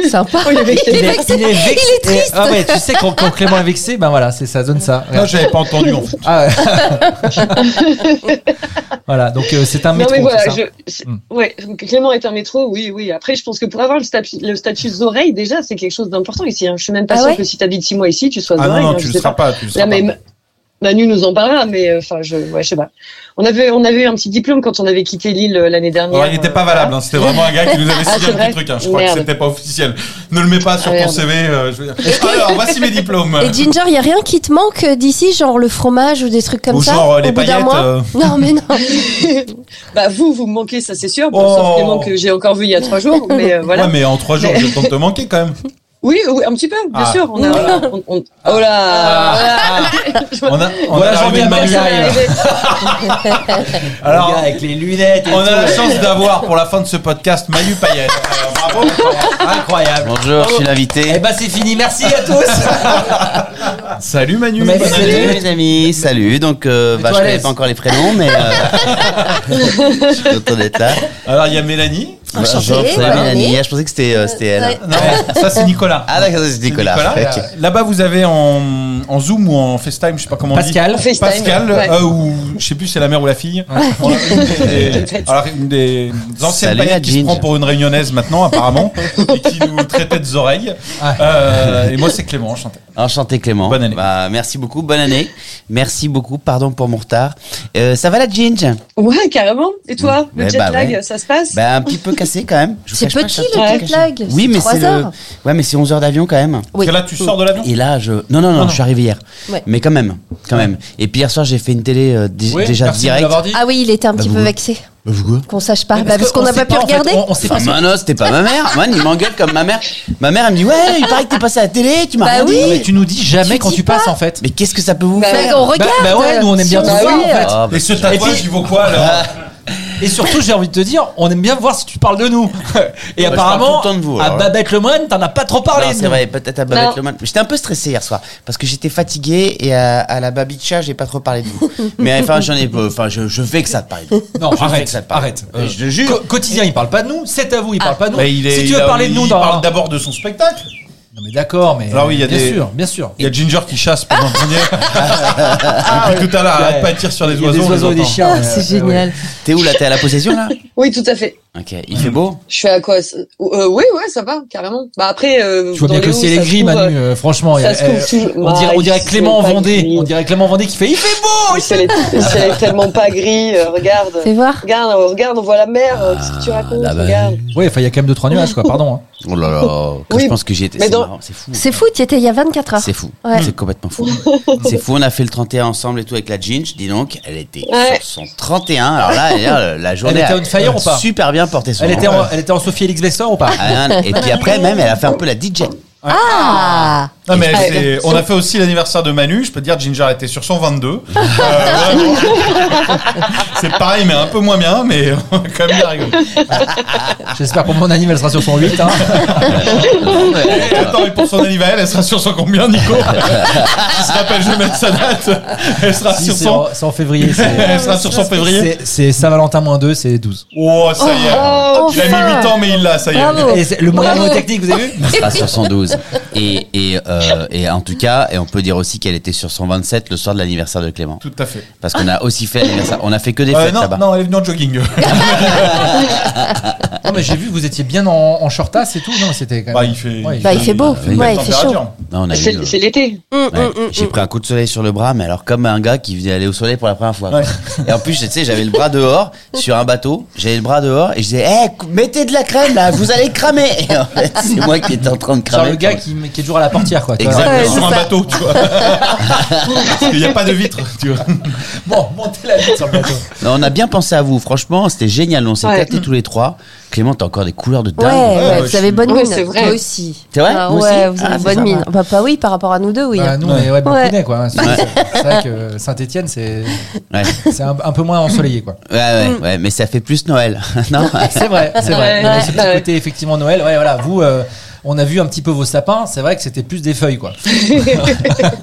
Sympa.
Oh, il
[LAUGHS]
est vexé.
Il est vexé.
vexé. Ah ouais, tu sais, quand, quand Clément est vexé, ben voilà, c'est ça donne ça.
Non, j'avais pas entendu, en fait.
Ah ouais. [LAUGHS] voilà, donc euh, c'est un
Non
métro.
mais voilà,
c'est ça
je, c'est-
Hmm.
ouais, Clément est un métro, oui, oui. Après, je pense que pour avoir le, statu- le statut d'oreille, déjà, c'est quelque chose d'important ici. Hein. Je suis même pas
Ah
sûre
ouais
que si t'habites six mois ici, tu sois
Ah non,
oreille.
non,
hein,
tu
je
le
sais
seras
pas.
pas. Tu le
Là,
seras
mais
pas.
Ma- Manu nous en parlera, mais euh, enfin, je, ouais, je sais pas. On avait, on avait eu un petit diplôme quand on avait quitté l'île euh, l'année dernière.
Alors, il n'était pas
euh,
valable, hein. c'était vraiment un gars qui nous avait
Ah,
signé
c'est
un
vrai
petit truc. hein. Je crois
Merde.
que c'était pas officiel. Ne le mets pas sur
Ah,
ton
merde.
CV. euh, je veux dire. Alors, voici mes diplômes.
Et Ginger, il y a rien qui te manque d'ici, genre le fromage ou des trucs comme
Ou
ça
genre, euh, les
au bout d'un
paillettes,
mois
euh.
Non, mais non.
[LAUGHS] Bah vous, vous me manquez, ça c'est sûr. Bon,
Oh.
Sauf Clément que j'ai encore vu il y a trois jours, mais euh, voilà.
Ouais, mais en trois jours,
Mais-
je tente de te manquer quand même.
Oui, oui, un petit peu, bien
Ah.
sûr. On a, on- on- oh
Ah.
là,
On a, on a
Voilà,
l'arrivée
Jean-Pierre
de Manu.
Marius.
Alors-
Le gars avec les lunettes. et
On a
tout.
la chance d'avoir pour la fin de ce podcast Manu Payet. Euh, bravo.
Incroyable.
Bonjour, je suis l'invité.
Eh ben c'est fini, merci à tous.
Salut Manu.
Mais-
ben,
Bonne
Salut.
année.
Salut les amis, salut. Donc, euh,
Et
bah, je
toi,
connais
Alex
pas encore les prénoms,
[LAUGHS]
mais euh, je suis content d'être là.
Alors, il y a Mélanie.
Enchanté,
Bonjour, salut
bonne
Mélanie.
année.
Ah, je pensais que c'était euh, c'était elle.
Ouais.
Non, ça c'est Nicolas.
Ah d'accord, c'est
C'est
Nicolas. Ok.
Euh, Là-bas, vous avez en, en Zoom ou en FaceTime, je sais pas comment on dit.
Pascal.
FaceTime,
Pascal,
ouais.
euh, ou je sais plus, c'est la mère ou la fille. Voilà, une des-
Peut-être.
alors, une des anciennes
Salut à
paillettes qui se
Ginge.
prend pour une réunionnaise maintenant, apparemment, et qui nous traitait de oreilles.
Ah.
Euh, et moi, c'est Clément, enchanté.
Enchanté Clément.
Bonne année.
Bah, merci beaucoup, bonne année. Merci beaucoup, pardon pour mon retard. Euh, ça va la Ginge
ouais, carrément. Et
Mm.
toi,
Ouais,
Eh
le jet
bah
lag,
ouais.
ça se passe
Bah un petit peu cassé quand même. Je vous
C'est
cache pas,
petit,
je suis un
le
petit peu
jet
cassé.
lag.
Oui
C'est
mais
trois
c'est le...
heures.
Ouais mais c'est 11 heures d'avion quand même.
Oui.
Parce que là, tu sors de l'avion
Et là, je. Non, non, non, je suis arrivé hier.
Ouais.
Mais quand même, quand même. Et puis hier soir, j'ai fait une télé euh, dé-
Oui,
déjà
merci de
direct.
l'avoir dit.
Ah oui, il était un petit
vous-
peu vexé
Pourquoi
qu'on sache pas.
Mais
Bah, parce qu'on
on
n'a pas
sait
pu
en fait,
regarder.
on- On sait pas.
Enfin, Manos, c'était pas ma mère. Man, il m'engueule comme ma mère. Ma mère, elle me dit Ouais, il paraît que t'es passé à la télé, tu m'as
Bah
rien dit.
oui.
Mais tu nous dis jamais
Tu
quand
dis
tu
pas.
passes en fait.
Mais qu'est-ce que ça peut vous
Bah,
faire
Bah, on regarde.
Bah- bah ouais, nous, on aime bien
sur
tout
le
ça, en
web.
fait.
Ah, bah,
Et ce tatouage, il vaut quoi alors
Et surtout, j'ai envie de te dire, on aime bien voir si tu parles de nous. Et
Bah, je
apparemment,
parle tout le temps de vous,
à
alors.
Babette Lemoine, t'en as pas trop parlé.
Non,
de
c'est
nous.
vrai, peut-être à
Non.
Babette Lemoine. J'étais un peu stressé hier soir parce que j'étais fatigué et à, à la Babicha, j'ai pas trop parlé de vous. Mais enfin, j'en ai peu. Enfin, je, je fais que ça te parle.
Non,
je fais
arrête,
que ça te parle.
arrête.
Et
Euh,
je te jure.
Co- quotidien, il parle pas de nous. C'est à vous, il parle pas de nous.
Bah, il est-
si tu
il
veux
a-
parler de nous
il
dans.
parle d'abord de son spectacle.
Non, mais d'accord, mais.
Alors oui, il y a
bien
des-
sûr, bien sûr.
Il y a Ginger qui chasse pendant le dîner. Depuis tout à l'heure, arrête
Ah Ouais.
pas de tirer sur les
Il y a
oiseaux.
des
on les
oiseaux et des
entend.
chiens.
Ah,
euh,
c'est
euh, ouais.
génial.
T'es où là T'es à la possession là
Oui, tout à fait.
Ok, il fait beau.
Je suis à quoi euh, Oui, ouais, ça va, carrément. Bah après, euh,
Tu vois
dans
bien que le
Léo,
ciel est
ça se
gris,
trouve,
Manu,
euh,
euh, franchement. il y a-
ça se trouve
euh,
toujours-
On dirait, on
Bah,
dirait
il
Clément
fait pas
Vendée.
gris.
On dirait Clément Vendée qui fait Il fait beau
Le ciel est- le ciel est tellement pas gris. euh, regarde,
Fais voir.
regarde, euh, regarde, on voit la mer. euh, Qu'est-ce que tu
Ah,
racontes
là-bas.
Regarde.
Ouais, enfin, il y a quand même deux, trois nuages, quoi, pardon. hein.
Oh là là, quand
Oui,
je pense que j'y étais,
mais
c'est
dans-
marrant, c'est fou.
C'est fou, tu étais il y a 24 heures.
C'est fou,
Ouais.
c'est
[LAUGHS]
complètement fou. c'est fou, on a fait le 31 ensemble et tout avec la Ginge, dis donc, elle était
Ouais.
sur son 31. Alors là, elle, la- la journée
était
a
on fire ou pas
super bien porté son
Elle
nom.
était en- elle était en Sophie Elix Vessor ou pas
Ah, non, Et puis après, même, elle a fait un peu la DJ.
Ah
Non, mais
Ouais.
c'est- on a fait aussi l'anniversaire de Manu. Je peux te dire, Ginger était sur son 22. Euh, vraiment. c'est pareil, mais un peu moins bien, mais [LAUGHS] on a quand même bien rigolé.
J'espère pour mon anime, elle sera sur son 8. hein.
Et Attends, et pour son anniversaire, elle sera sur son combien, Nico Qui se rappelle, je vais mettre sa date. Elle [LAUGHS] sera
Si,
sur
c'est
son.
en- c'est en février. c'est-
Elle sera sur son février.
C'est- C'est Saint-Valentin moins 2, c'est 12.
Oh, ça y est.
Oh,
il a mis 8 ans, mais il l'a, ça y est.
Oh. Bravo
Et c'est- le moyen mot technique, vous avez vu
Elle sera sur 112. Et, et euh, euh, et en tout cas, et on peut dire aussi qu'elle était sur son 27 le soir de l'anniversaire de Clément.
Tout à fait.
Parce qu'on a aussi fait l'anniversaire. On a fait que des
Euh,
fêtes
non,
là-bas.
non, elle est venue en jogging.
Non, mais j'ai vu que vous étiez bien en, en shortasse et tout. Non, c'était quand même.
Bah, il fait-
Ouais,
Bah, il fait beau.
il
Ouais, il fait chaud.
Non, on a eu,
C'est
euh,
c'est l'été.
Mm,
ouais.
mm, mm,
J'ai
mm.
pris un coup de soleil sur le bras, mais alors comme un gars qui venait aller au soleil pour la première fois. quoi.
Ouais.
Et en plus, tu sais, j'avais le bras dehors sur un bateau. J'avais le bras dehors et je disais, Eh, cou- mettez de la crème là, vous allez cramer. Et en fait, c'est moi qui étais en train
Genre
de cramer.
le gars qui, qui est toujours à la portière, quoi. tu vois.
Exactement.
Ouais,
sur
Euh, c'est
un
ça.
bateau, tu
[LAUGHS]
vois. Parce qu'il n'y a pas de vitre, tu vois.
Bon, montez la vite sur le bateau.
Non, on a bien pensé à vous, franchement, c'était génial. On s'est
Ouais.
éclatés tous les trois. Clément, t'as encore des couleurs de
Ouais,
dingue.
ouais,
ouais,
vous
je
avez
suis-
bonne
Ouais,
mine.
c'est vrai.
Toi aussi.
C'est vrai
Ah
Moi
ouais,
aussi
vous avez
Ah, c'est
bonne
sympa.
mine. Bah, pas oui, par rapport à nous deux, oui.
Bah, nous, on est ouais, Blanc-Pounet, quoi. hein. C'est
Ouais.
c'est vrai que Saint-Etienne, c'est
Ouais,
c'est un, un peu moins ensoleillé, quoi.
ouais, ouais, ouais, mais ça fait plus Noël. [LAUGHS] non
C'est vrai, c'est vrai.
Ouais,
Il y a
ouais,
ce petit
ouais.
côté, effectivement, Noël. Ouais, voilà, vous. euh, on a vu un petit peu vos sapins, c'est vrai que c'était plus des feuilles quoi.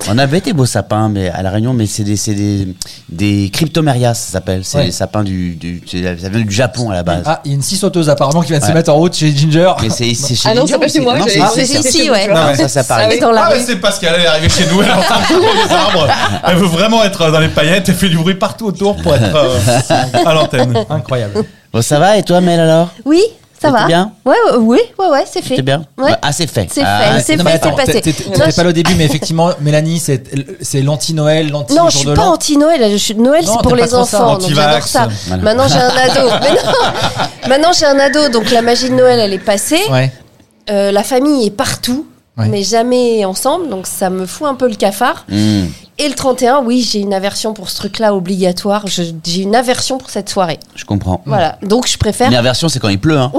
On avait des beaux sapins mais à La Réunion, mais c'est des, c'est des, des cryptomérias, ça s'appelle. C'est
Ouais.
des sapins du, du, c'est- ça vient du Japon à la
Bah,
base.
Ah, il y a une scie sauteuse apparemment qui vient de se
Ouais.
mettre en route chez Ginger.
Mais c'est c'est chez
Ah non,
Ginger
c'est pas
ou
chez moi,
Non,
j'allais
c'est
dire,
c'est-
c'est
c'est-
ici,
c'est-
ouais.
Non, ça, ça
Elle
paraît.
est dans la
Ah,
rue.
mais c'est parce qu'elle est arrivée chez nous, elle est en train de couper les arbres. Elle veut vraiment être dans les paillettes, elle fait du bruit partout autour pour être euh, à l'antenne.
Incroyable.
Bon, ça va, et toi, Mel, alors
Oui, ça
C'était
va.
bien
Ouais, ouais, oui, ouais, ouais, c'est fait.
T'es bien
Ouais.
Ah, c'est fait.
C'est
Ah,
fait, c'est
Non,
fait,
mais attends,
c'est passé.
t'es- t'es-
Non,
T'étais
je-
pas là au début, mais effectivement, Mélanie, c'est c'est l'anti-Noël, l'anti-jour
Non,
de
je suis pas
l'an.
anti-Noël. je suis- Noël,
Non,
c'est
t'es
pour
pas
les
trop ça,
enfants. Donc
anti-vax.
j'adore ça.
Voilà.
Maintenant, j'ai un ado. Mais non Maintenant, j'ai un ado. Donc la magie de Noël, elle est passée.
Ouais.
Euh, la famille est partout.
Ouais.
Mais jamais ensemble, donc ça me fout un peu le cafard.
Mmh.
Et le 31, oui, j'ai une aversion pour ce truc-là obligatoire. Je- J'ai une aversion pour cette soirée.
Je comprends.
Voilà. Donc je préfère.
Une inversion, c'est quand il pleut. Hein.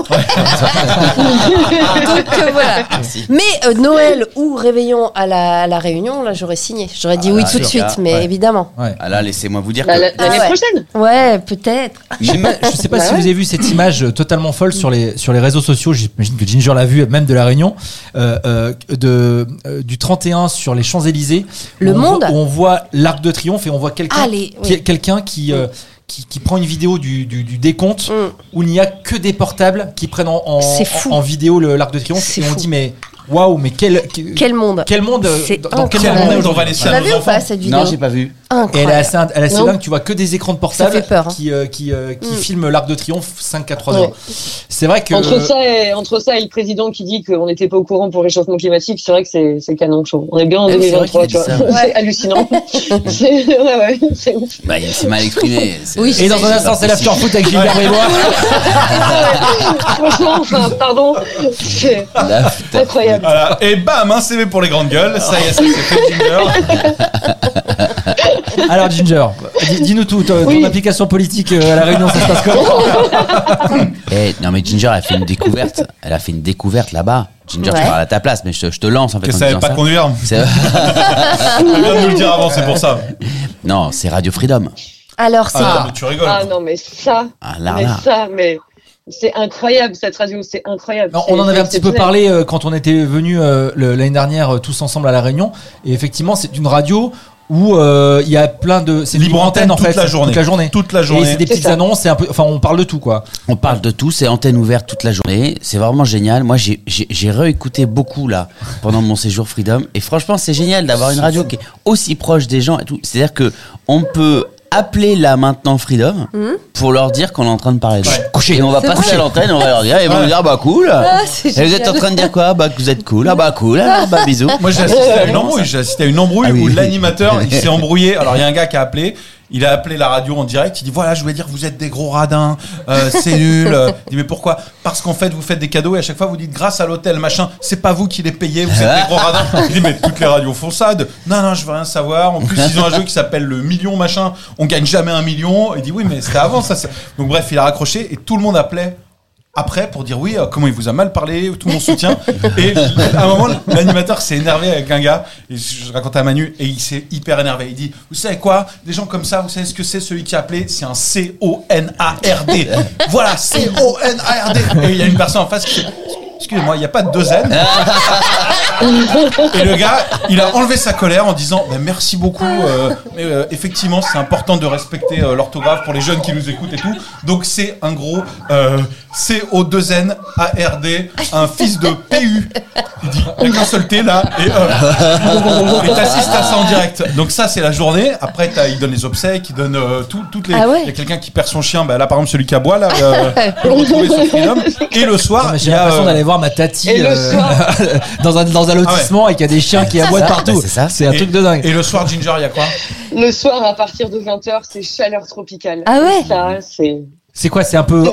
Donc euh, voilà.
Merci.
Mais euh, Noël ou réveillon à la, à la Réunion, là j'aurais signé. J'aurais dit
Ah,
oui
là,
tout de
sûr.
suite,
Ah,
mais
ouais.
évidemment.
Ouais.
Ah là, laissez-moi vous dire
Bah,
que.
la- L'année
Ah ouais.
prochaine.
Ouais, peut-être.
Je sais pas, je sais pas
Bah
si vous avez vu cette image euh, totalement folle sur les sur les réseaux sociaux. J'imagine que Ginger l'a vue, même de la Réunion, euh, euh, de euh, du 31 sur les Champs Élysées.
Le
où on
monde.
voit- où on voit l'Arc de Triomphe et on voit quelqu'un
Allez,
qui,
Ah, oui.
quelqu'un qui, euh, qui qui prend une vidéo du, du, du décompte
Mm.
où il n'y a que des portables qui prennent en en,
C'est fou.
en- en vidéo le- l'Arc de Triomphe
C'est
et on
fou.
dit mais waouh mais quel quel,
Quel monde.
quel monde euh,
C'est
dans, dans quel
incroyable.
monde on est
On va
aujourd'hui
laisser
Tu
à
l'as
nos
vu ou
enfants.
pas cette vidéo
Non, j'ai pas vu.
Et elle est
Incroyable.
assez, elle est assez
Non.
dingue, tu vois que des écrans de portable
Ça fait peur, hein.
qui, euh, qui, euh, qui
Mm.
filment l'arc de triomphe 5 4 3
Ouais.
0. C'est vrai que
Entre ça, et, entre ça et le président qui dit qu'on n'était pas au courant pour le réchauffement climatique, c'est vrai que c'est c'est canon chaud. On est bien en
Ah oui, c'est vrai
2023, tu
qu'il a
vois.
dit ça,
[LAUGHS] C'est hallucinant.
[LAUGHS]
c'est ouais, ouais, c'est ouf.
Bah, il s'est mal exprimé. c'est-
Oui,
et dans un instant, c'est l'after foot avec Gilbert [LAUGHS] Bribois.
Ah.
Ah Franchement, enfin, pardon. C'est
Là, putain.
incroyable.
Ah,
Voilà. Et bam, un CV pour les grandes gueules. Ça y est, ça c'est fait Ginger.
Alors Ginger, dis- dis-nous tout ton, ton
Oui.
application politique euh, à la réunion, ça se passe comment
Eh, non mais Ginger, elle a fait une découverte. Elle a fait une découverte là-bas. Ginger,
Ouais.
tu parles à ta place, mais je te, je te lance en fait.
Que
en
ça savait
disant
pas
ça.
conduire.
C'est-
Elle vient de nous le dire avant, c'est pour ça.
non, c'est Radio Freedom.
Alors c'est
Ah, mais tu rigoles.
Ah non, mais ça,
Ah là
mais
là.
ça, mais c'est incroyable cette radio, c'est incroyable.
Non,
C'est-
On en avait un
c'est
petit peu parlé
exceptionnel.
euh, quand on était venu l'année dernière euh, tous ensemble à la réunion. Et effectivement, c'est une radio où euh, il y a plein de c'est une
Libre antenne
en
toute
fait,
la journée.
toute la journée.
Toute la
Et
journée.
c'est des
C'est
petites
ça.
annonces, c'est un peu, enfin on parle de tout quoi.
On parle de tout, c'est antenne ouverte toute la journée. C'est vraiment génial. Moi, j'ai- j'ai j'ai réécouté beaucoup là pendant mon séjour Freedom. Et franchement, c'est génial d'avoir une radio qui est aussi proche des gens et tout. C'est-à-dire que on peut appeler là maintenant Freedom pour leur dire qu'on est en train de parler. d'eux. Et on va
Mmh. C'est
passer
vrai.
à l'antenne, on va leur dire, et ils vont
Ouais.
dire, ah bah cool.
c'est
et vous êtes en
génial.
train de dire quoi Bah que vous êtes cool. Ah bah cool. Ah bah bisous.
Moi, j'ai assisté
[LAUGHS]
à une hein. embrouille. J'ai assisté à une embrouille
Ah oui.
où l'animateur, il s'est embrouillé. Alors, il y a un gars qui a appelé. Il a appelé la radio en direct. Il dit voilà, je voulais dire, vous êtes des gros radins, euh, c'est nul. Il dit mais pourquoi Parce qu'en fait, vous faites des cadeaux et à chaque fois vous dites grâce à l'hôtel machin, c'est pas vous qui les payez, vous êtes des gros
[LAUGHS]
radins. Il dit mais toutes les radios font ça. de, non non, je veux rien savoir. En plus, ils ont un jeu qui s'appelle le million machin. On gagne jamais un million. Il dit oui, mais c'était avant ça. c'est- Donc bref, il a raccroché et tout le monde appelait après pour dire oui, euh, comment il vous a mal parlé, tout mon soutien. et à un moment, l'animateur s'est énervé avec un gars, et je je racontais à Manu, et il s'est hyper énervé. Il dit, vous savez quoi, des gens comme ça, vous savez ce que c'est celui qui a appelé C'est un C-O-N-A-R-D. voilà, C-O-N-A-R-D. Et il y a une personne en face qui fait... excuse-moi, il n'y a pas de dozen. Et le gars, il a enlevé sa colère en disant Ben, merci beaucoup. euh, mais, euh, effectivement, c'est important de respecter euh, l'orthographe pour les jeunes qui nous écoutent et tout. Donc c'est un gros euh, co 2 n un fils de PU. Il dit il y a qu'un seul T là et euh, et t'assistes à ça en direct. Donc ça c'est la journée. Après t'as- il donne les obsèques, il donne euh, tout- toutes les. Il
Ah ouais
y a quelqu'un qui perd son chien. Bah, là par exemple celui qui aboie là. euh, on peut le retrouver sur Freedom. Et le soir,
Ah, mais
il
J'ai
y a,
l'impression
euh,
d'aller voir ma tati
Et le
euh,
soir.
[LAUGHS] dans un dans un
Ah
lotissement et qu'il y a des chiens qui aboient
ça.
partout.
Bah, c'est ça.
C'est un
et-
truc de dingue.
Et le soir Ginger, il y a quoi
Le soir, à partir de 20h, c'est chaleur tropicale.
Ah ouais
Ça, c'est.
C'est quoi C'est un peu hot.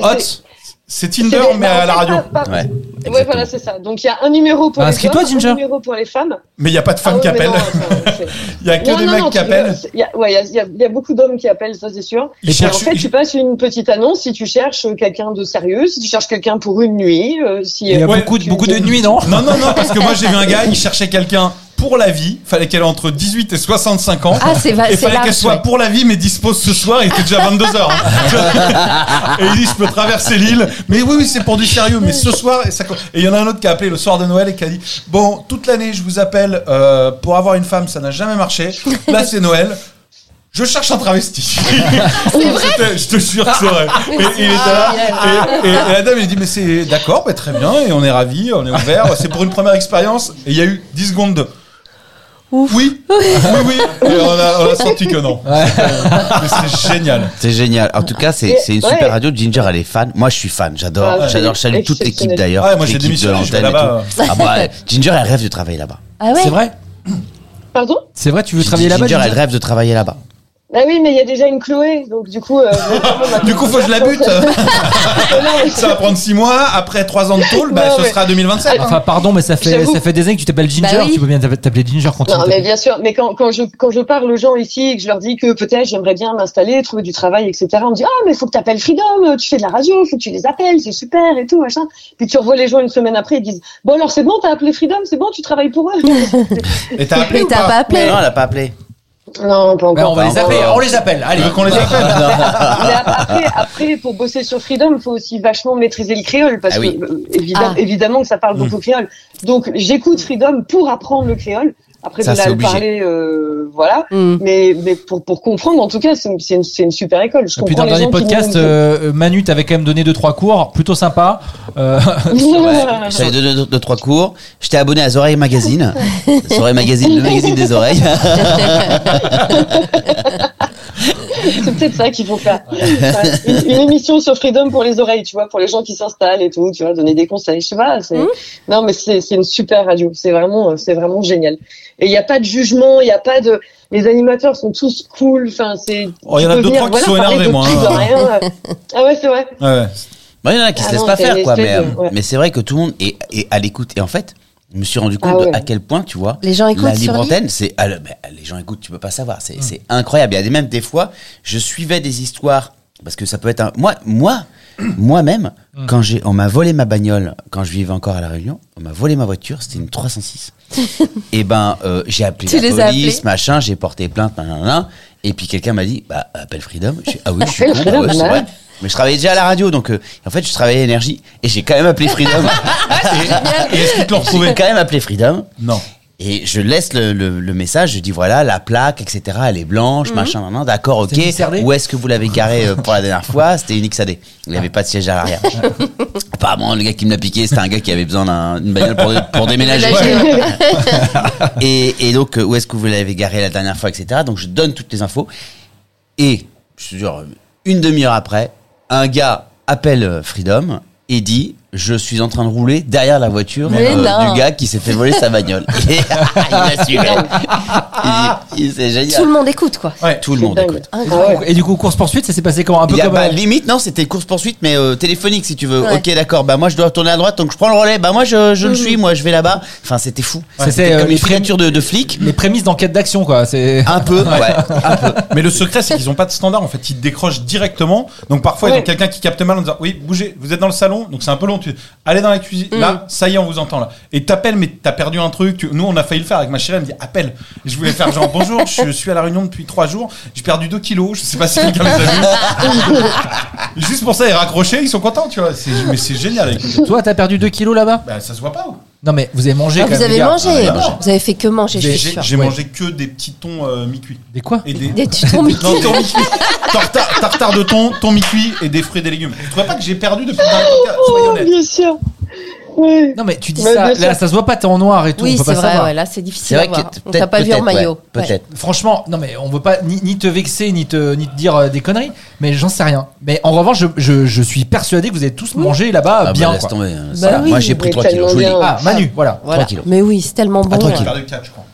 C'est
C'est
Tinder
des-
mais
bah, en
à la
fait,
radio.
pas- pas-
Ouais,
Ouais,
exactement.
voilà, c'est ça. Donc il y a un numéro pour
Bah,
les
inscris-toi,
hommes,
Ginger.
un numéro pour les femmes.
Mais il y a pas de
Ah
femmes
ouais,
qui
mais non,
appellent.
attends,
[LAUGHS]
c'est-
[LAUGHS] Il y a que
Non,
des
non,
mecs
non,
qui
tu-
appellent.
Il y a- ouais, il y a- il y a- il y a beaucoup d'hommes qui appellent, ça c'est sûr.
Ils
Et en
cherchent-
fait, tu passes une petite annonce si tu cherches quelqu'un de sérieux, si tu cherches quelqu'un pour une nuit, euh, si.
Il y a
euh,
Ouais.
beaucoup de-
tu-
beaucoup de
tu-
nuits, non
Non, non, non, parce que moi j'ai vu
[LAUGHS]
un gars, il cherchait quelqu'un pour la vie. Fallait qu'elle ait entre 18 et 65 ans.
Ah, c'est va-
Et
c'est
fallait qu'elle
large,
soit
ouais.
pour la vie, mais dispose ce soir. Il était déjà 22h. et il dit Je peux traverser l'île. Mais oui, oui, c'est pour du sérieux. Mais ce soir, et ça co- et il y en a un autre qui a appelé le soir de Noël et qui a dit Bon, toute l'année, je vous appelle euh, pour avoir une femme, ça n'a jamais marché. Là, c'est Noël. Je cherche un
[LAUGHS]
travesti. C'était- Je te jure que c'est vrai.
Ah,
Et, il était là. Et, et- et la dame, il dit Mais c'est d'accord, bah, très bien. Et on est ravis, on est ouvert. C'est pour une première expérience. Et il y a eu 10 secondes de. Oui, oui, oui. Et on a, on a senti que non. Mais c'est génial.
C'est génial. En tout cas, c'est c'est une
Ouais.
super radio. Ginger, elle est fan. Moi, je suis fan. J'adore.
Ah ouais.
J'adore. Je salue toute l'équipe
Exceptionnel.
d'ailleurs.
Ouais, moi, j'ai
l'équipe
démissionné, je vais
l'antenne
là-bas.
et tout. Ah, bah, elle- Ginger, elle rêve de travailler là-bas.
Ah ouais
C'est vrai.
Pardon
C'est vrai. Tu veux
J'ai dit,
travailler là-bas
Ginger,
Ginger
elle rêve de travailler là-bas.
Bah oui, mais il y a déjà une Chloé, donc
[LAUGHS]
du coup. euh, vraiment,
Du coup, faut que je la
[LAUGHS]
bute. Ça va prendre 6 mois. Après 3 ans de tôle, bah,
Non,
ce
mais-
sera 2027.
Ah,
Enfin, pardon, mais ça fait
J'avoue.
ça fait des années que tu t'appelles Ginger.
Bah oui.
Tu peux bien t'appeler Ginger quand tu
[LAUGHS] Non, mais
t'appelles.
bien sûr. Mais quand, quand je quand je parle aux gens ici et que je leur dis que peut-être j'aimerais bien m'installer, trouver du travail, etc. On me dit ah mais faut que t'appelles Freedom, euh, tu fais de la radio, faut que tu les appelles, c'est super et tout machin. Puis tu revois les gens une semaine après, ils disent bon alors c'est bon, t'as appelé Freedom, c'est bon, tu travailles pour eux.
Et t'as appelé
Mais
ou
t'as pas
pas
appelé
Non, elle a pas appelé.
non, pas encore.
Bah, on va
Bah,
les
on va-
appeler. On les appelle.
Tu
Allez.
veux qu'on les
[LAUGHS]
appelle
Mais ap- après, après, pour bosser sur Freedom, il faut aussi vachement maîtriser le créole parce
Ah oui.
que euh, évidemment,
Ah.
évidemment que ça parle beaucoup créole. Donc j'écoute Freedom pour apprendre le créole. Après
Ça,
de
c'est
là le
obligé.
parler, euh, voilà.
Hmm.
[LAUGHS] Mais, mais pour, pour comprendre, en tout cas, c'est une, c'est une, c'est une super école. Je
Et puis
comprends
dans le
les
dernier
gens qui
podcast,
nous-
euh, Manu t'avait quand même donné deux trois cours plutôt sympa. Euh, [LAUGHS] Ah,
[LAUGHS] Ouais,
[LAUGHS]
J'avais deux, deux- deux, trois cours. J'étais abonné à Zoreille
[LAUGHS]
Magazine. Zoreille Magazine, le magazine des oreilles. [LAUGHS]
c'est peut-être ça qu'il faut faire. Ouais. Une, une émission sur Freedom pour les oreilles, tu vois, pour les gens qui s'installent et tout, tu vois, donner des conseils, je sais pas. c'est-
Mmh.
Non, mais c'est c'est une super radio. C'est vraiment, euh, c'est vraiment génial. Et il n'y a pas de jugement, il n'y a pas de. Les animateurs sont tous cool. Enfin, c'est.
Oh, il y en a
tu peux
deux,
venir,
trois qui sont
voilà, parler
énervés,
de
moi,
tout,
hein.
de rien. Ah ouais, c'est vrai.
Ouais.
Bon, il y en a qui
Ah
se laissent
non,
pas
c'est
faire,
une
quoi. Mais,
espèce de-
euh,
ouais.
mais c'est vrai que tout le monde est, est à l'écoute. Et en fait, je me suis rendu compte
Ah ouais.
de à quel point, tu vois,
Les gens écoutent
la
sur
libre
lui
antenne, c'est ah, le- ben, les gens écoutent, tu peux pas savoir, c'est c'est incroyable. Il y a des même des fois, je suivais des histoires parce que ça peut être un moi moi moi-même quand j'ai on m'a volé ma bagnole quand je vivais encore à la Réunion, on m'a volé ma voiture, c'était
[LAUGHS]
une 306. et ben euh, j'ai appelé
Tu
la
les as
police,
appelés
machin, j'ai porté plainte, nan, nan, nan. et puis quelqu'un m'a dit bah appelle Freedom. Je fais,
[LAUGHS]
ah oui, je suis
Appelle
con, bah
Freedom,
ouais, c'est
bah
vrai.
ouais.
Mais je travaillais déjà à la radio, donc euh, en fait je travaillais à énergie et j'ai quand même appelé Freedom.
[LAUGHS] Ah,
Et est-ce qu'ils te l'ont
j'ai
retrouvé
quand même appelé Freedom.
Non.
Et je laisse le, le- le message, je dis voilà, la plaque, etc., elle est blanche, machin, machin, d'accord, ok.
C'était une XRD?
Où est-ce que vous l'avez garé euh, pour la [LAUGHS] dernière fois C'était une XAD. Il n'y avait pas de siège à [LAUGHS] l'arrière. Apparemment, le gars qui me l'a piqué, c'était un gars qui avait besoin d'un- d'une bagnole pour, [LAUGHS] pour déménager. [LAUGHS] Et, et donc, euh, où est-ce que vous l'avez garé la dernière fois, etc. Donc, je donne toutes les infos. Et, je te jure, une demi-heure après, un gars appelle euh, Freedom et dit Je suis en train de rouler derrière la voiture euh,
Mais non.
du gars qui s'est fait voler sa
[LAUGHS]
bagnole. Et il m'a suivi. Il dit, C'est
Tout le
génial.
monde écoute, quoi.
Ouais.
Tout le
C'est
monde
dingue.
écoute.
Ah ouais.
et du coup course poursuite, ça s'est passé comment un peu
Il y a,
comme
bah,
euh,
limite, non, c'était course poursuite, mais euh, téléphonique si tu veux.
Ouais. Mhm.
Ok, d'accord. Bah moi, je dois tourner à droite, donc je prends le relais. Bah moi, je, je le suis, moi, je vais là-bas. Enfin, c'était fou.
C'était,
C'était
euh,
comme
les
une créature de, de flic.
les prémices d'enquête d'action quoi.
[LAUGHS]
C'est
Un
[LAUGHS]
peu, ouais, un peu.
Mais le secret, c'est qu'ils n'ont pas de standard. En fait, ils décrochent directement. Donc parfois, ils
Ouais.
ont quelqu'un qui capte mal en disant Oui, bougez, vous êtes dans le salon. Donc c'est un peu long. réunion, tu allez dans la cuisine, là, ça y est, on vous entend là. Et t'appelles, mais t'as perdu un truc. tu- Nous, on a failli le faire avec ma chérie, elle me dit appelle. Et je voulais faire genre bonjour, je suis à la réunion depuis trois jours, j'ai perdu 2 kilos, je sais pas si quelqu'un les a vus. Juste pour ça, ils raccrochaient, ils sont contents, tu vois. C'est- Mais c'est génial. écoute.
Toi, t'as perdu 2 kilos là-bas
Bah, ça se voit pas. ou
Non, mais vous avez mangé
Ah,
quand
vous
même, les
avez
gars.
mangé.
Ah,
bah,
non.
vous avez fait que manger, je
J'ai
suis sûre.
j'ai
Ouais.
mangé que des petits thons euh, mi-cuits.
Des quoi
Et des,
Des tutons mi-cuits. [LAUGHS]
Non, thon mi-cuit. Tartare, tartare de thon, thon mi-cuit et des fruits et des légumes. Tu trouvais pas que j'ai perdu depuis le dernier podcast Soyons
Oh,
honnêtes.
bien sûr. Ouais.
Non, mais tu dis
Mais
ça,
bien sûr.
là, ça se voit pas, t'es en noir et tout. on
Oui,
peut
c'est
pas
vrai,
savoir.
ouais, là c'est
C'est
difficile à
vrai que
voir.
t-
On t'a
peut-être,
pas vu en
peut-être,
maillot.
ouais, peut-être.
Ah, Franchement, non mais on veut pas ni, ni te vexer ni te ni te dire euh, des conneries, mais j'en sais rien. Mais en revanche, je, je- je suis persuadé que vous avez tous mangé là-bas
Ah, bah,
bien.
laisse
quoi.
tomber, hein,
Bah
ça va.
oui,
Moi, j'ai pris
mais
3 kilos. Je vous le dis.
tellement bien.
Ah Manu, voilà.
Voilà.
kilos.
Mais oui, c'est tellement bon.
trois
là.
kilos.
J'ai perdu quatre, je crois.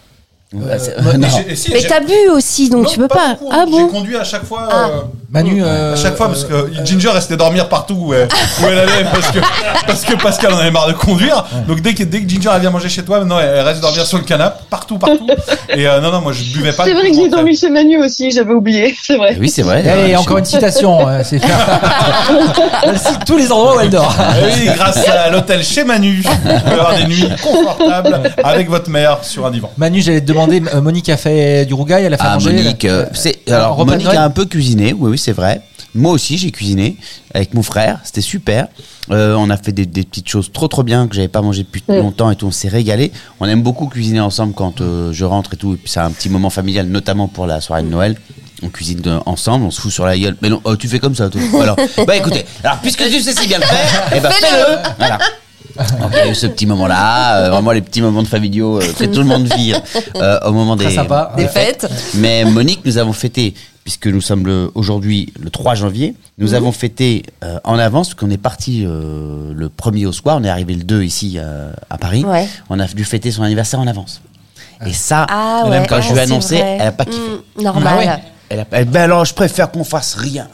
Ouais, c'est-
euh,
non.
J'ai- et si,
Ah, Mais
j'ai-
t'as bu aussi, donc
Non,
tu peux
pas
pas.
beaucoup,
Ah
J'ai
bon
conduit à chaque fois.
Ah.
euh,
Manu, euh,
à chaque fois, parce que
euh,
Ginger restait dormir partout où elle, où elle allait, parce que, parce que Pascal en avait marre de conduire. Donc dès que, dès que Ginger elle vient manger chez toi, maintenant elle reste dormir sur le canapé, partout, partout. Et euh, non, non, moi je buvais pas.
C'est vrai que j'ai
J'entrais.
dormi chez Manu aussi, j'avais oublié, [LAUGHS] c'est vrai.
Eh Oui, c'est vrai.
Allez,
Euh,
encore
je-
une citation. euh, c'est Elle cite tous les endroits où elle dort.
Ah Oui, grâce à l'hôtel chez Manu, vous pouvez avoir des nuits confortables avec votre mère sur un divan.
Manu, j'allais te demander, euh, Monique a fait du rougail, elle a fait
Ah,
manger.
Monique, euh, c'est, alors,
repas de
Monique
Noël.
a un peu cuisiné, oui, oui, c'est vrai. Moi aussi, j'ai cuisiné avec mon frère, c'était super. Euh, on a fait des, des petites choses trop trop bien que j'avais pas mangé depuis longtemps et tout, on s'est régalé. On aime beaucoup cuisiner ensemble quand euh, je rentre et tout, et puis c'est un petit moment familial, notamment pour la soirée de Noël. On cuisine de- ensemble, on se fout sur la gueule. Mais non, oh, tu fais comme ça, [LAUGHS] toi. Alors, bah écoutez, alors puisque tu sais si bien le faire, eh ben, fais-le. Voilà. Donc, il y a eu ce petit moment-là, euh, vraiment les petits moments de familiaux euh, que tout le monde vit euh, au moment
Très
des,
sympa.
Des
Ouais.
fêtes
mais Monique, nous avons fêté, puisque nous sommes le- aujourd'hui le 3 janvier, nous
Mhm.
avons fêté euh, en avance, parce qu'on est parti euh, le 1er au soir, on est arrivé le 2 ici euh, à Paris.
Ouais.
On a dû fêter son anniversaire en avance. Et ça,
Ah ouais.
même quand je lui ai
ah, c'est
annoncé,
vrai.
elle a pas kiffé.
Mm, normal.
Ah ouais.
Elle a pas- eh ben alors, je préfère qu'on fasse
[LAUGHS]
rien.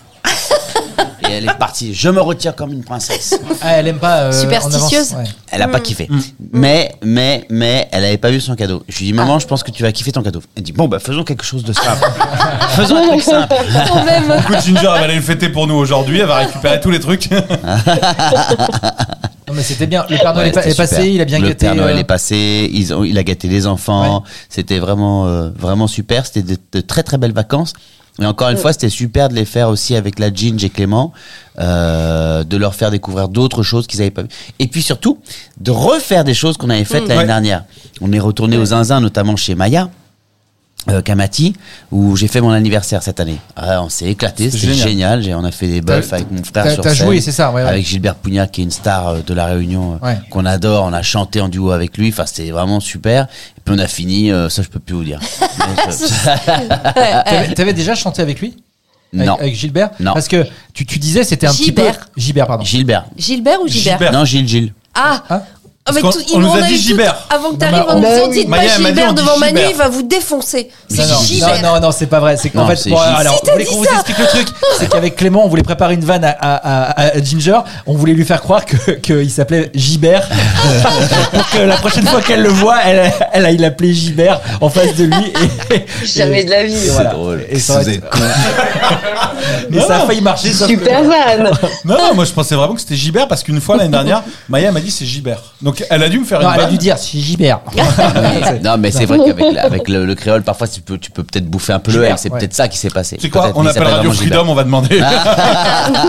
Et elle est partie. Je me retire comme une princesse.
Ah, elle aime pas. euh,
Superstitieuse.
en avance, ouais.
Elle a pas kiffé. Mais, mais, mais, elle avait pas vu son cadeau. Je lui dis, maman, je pense que tu vas kiffer ton cadeau. Elle dit, bon, bah, faisons quelque chose de simple. faisons un truc simple.
Quand même.
Écoute, Ginger, elle va aller le fêter pour nous aujourd'hui, elle va récupérer tous les trucs.
Non, mais c'était bien. Le Père Noël
Ouais,
est pa-
c'était
est passé,
super.
il a bien
le
gâté.
Père Noël
euh,
est passé, ils ont, il a gâté les enfants. C'était vraiment, euh, vraiment super. C'était de, de très très belles vacances. Et encore une fois, c'était super de les faire aussi avec la Ginge et Clément, euh, de leur faire découvrir d'autres choses qu'ils n'avaient pas vues. Et puis surtout, de refaire des choses qu'on avait faites
Mm.
l'année
Ouais.
dernière. On est retourné aux Zinzins, notamment chez Maya. euh, Kamati, où j'ai fait mon anniversaire cette année. Ah, on s'est éclaté,
C'était
c'était
génial.
génial. J'ai- On a fait des
T'as-
buffs avec mon frère
t'as-
sur
t'as joué,
scène,
c'est ça, ouais, ouais.
Avec Gilbert Pugna, qui est une star euh, de la Réunion, euh,
Ouais.
qu'on adore. On a chanté en duo avec lui. Enfin, c'était vraiment super. Et puis on a fini. euh, ça, je peux plus vous dire.
[LAUGHS]
Mais, euh,
T'avais t'avais déjà chanté avec lui Avec-
non,
Avec Gilbert
Non.
Parce que tu, tu disais c'était un petit peu.
Gilbert.
Gilbert, pardon.
Gilbert.
Gilbert ou Gilbert,
Gilbert.
Non, Gilles, Gilles.
Ah
Hein
Ah, mais
Parce
tout-
qu'on-
ils
on nous
m'ont-
a
a
dit
eu tout-
Gilbert.
Avant que
Bah,
t'arrives,
on-
on nous a dit dites pas
Maya, elle m'a dit,
Gilbert
on dit
devant Manu,
Gilbert.
il va vous défoncer.
Non,
C'est
non,
Gilbert.
non, non, non, c'est pas vrai. C'est qu'en
Non,
fait,
c'est
bon,
Gilles.
alors,
Si,
vous
t'as
voulez
dit
qu'on vous
ça.
explique le truc C'est qu'avec Clément, on voulait préparer une vanne à, à- à- à Ginger. On voulait lui faire croire que qu'il s'appelait Gilbert [LAUGHS] pour que la prochaine fois qu'elle le voit, elle, elle aille l'appeler Gilbert en face de lui. Et, et-
Jamais de la vie.
et voilà.
drôle.
Et ça aurait été- [LAUGHS] Mais
Non,
ça a
non.
failli marcher. sauf que-
Super van.
Non, non, moi je pensais vraiment que c'était Gibert parce qu'une fois l'année dernière, Maya m'a dit c'est Gibert. Donc elle a dû me faire
Non,
une
elle a
vanne.
dû dire c'est
[LAUGHS]
Gilbert.
non,
[LAUGHS]
mais c'est vrai qu'avec la- avec le, le créole, parfois, tu peux, tu peux peut-être bouffer un peu le
Gilbert,
R. C'est
ouais.
peut-être ça qui s'est passé.
C'est quoi
Peut-être,
On
mais il
appelle
s'appelle
Radio
vraiment Gilbert.
Freedom, on va demander.
Ah.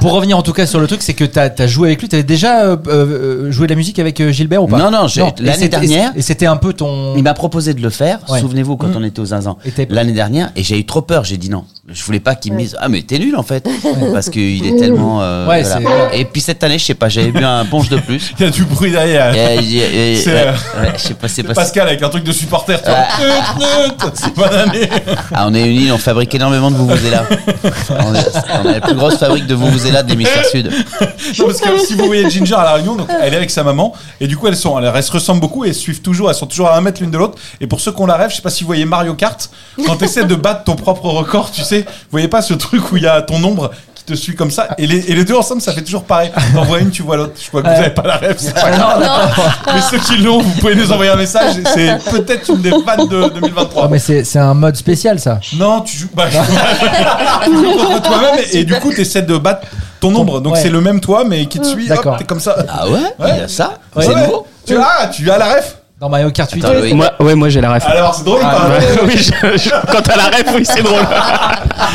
Pour revenir en tout cas sur le truc, c'est que t'as as joué avec lui. T'avais déjà euh, euh, joué de la musique avec euh, Gilbert ou pas
Non, non, j'ai-
et
l'année
c'était-
dernière-
Et c'était un peu ton.
Il m'a proposé de le faire,
Ouais. Mm.
souvenez-vous, quand on était aux Zinzan,
Et t'es-
l'année dernière, et j'ai eu trop peur, j'ai dit non. Je voulais pas qu'il me dise, ah mais t'es nul en fait, parce qu'il est tellement... euh,
Ouais,
voilà.
c'est- voilà.
Et puis cette année, je sais pas, j'avais bu un punch de plus.
Il y a du bruit derrière.
Et, et-
[LAUGHS]
et-
C'est,
ouais,
euh,
ouais, je sais pas, c'est
C'est
pas
Pascal avec un truc de supporter. tu vois.
Ah.
Neut, neut. Bonne année.
Ah, on est une île, on fabrique énormément
[LAUGHS]
de vuvuzela. on, est, on a la plus grosse fabrique de vuvuzela de l'hémisphère sud.
Non, [LAUGHS] parce que si vous voyez Ginger à la réunion, donc elle est avec sa maman, et du coup elles sont, elles, se ressemblent beaucoup et elles se suivent toujours, elles sont toujours à un mètre l'une de l'autre. Et pour ceux qui ont la rêve, je sais pas si vous voyez Mario Kart, quand t'essaies de battre ton propre record, tu sais, vous voyez pas ce truc où il y a ton ombre qui te suit comme ça, et les, et les deux ensemble, ça fait toujours pareil. T'en vois une, tu vois l'autre. Je vois que vous avez pas la rêve, c'est pas grave. Mais ceux qui l'ont, vous pouvez nous envoyer un message. C'est peut-être une des vannes de 2023.
Oh, mais c'est c'est un mode spécial ça.
Non, tu joues, bah, tu joues contre toi-même et, et du coup, tu essaies de battre ton ombre. Donc
ouais.
c'est le même toi, mais qui te suit. Hop,
D'accord.
t'es comme ça.
Ah ouais, Il y a ça
Ouais.
C'est
Ouais.
nouveau
Tu as, tu as la ref.
Dans Mario Kart 8.
Attends, Loïc.
Moi, ouais, moi j'ai la ref.
Alors c'est drôle.
Ah,
pas vrai
[LAUGHS] oui, je- je- quant à la ref, oui, c'est drôle.
[LAUGHS]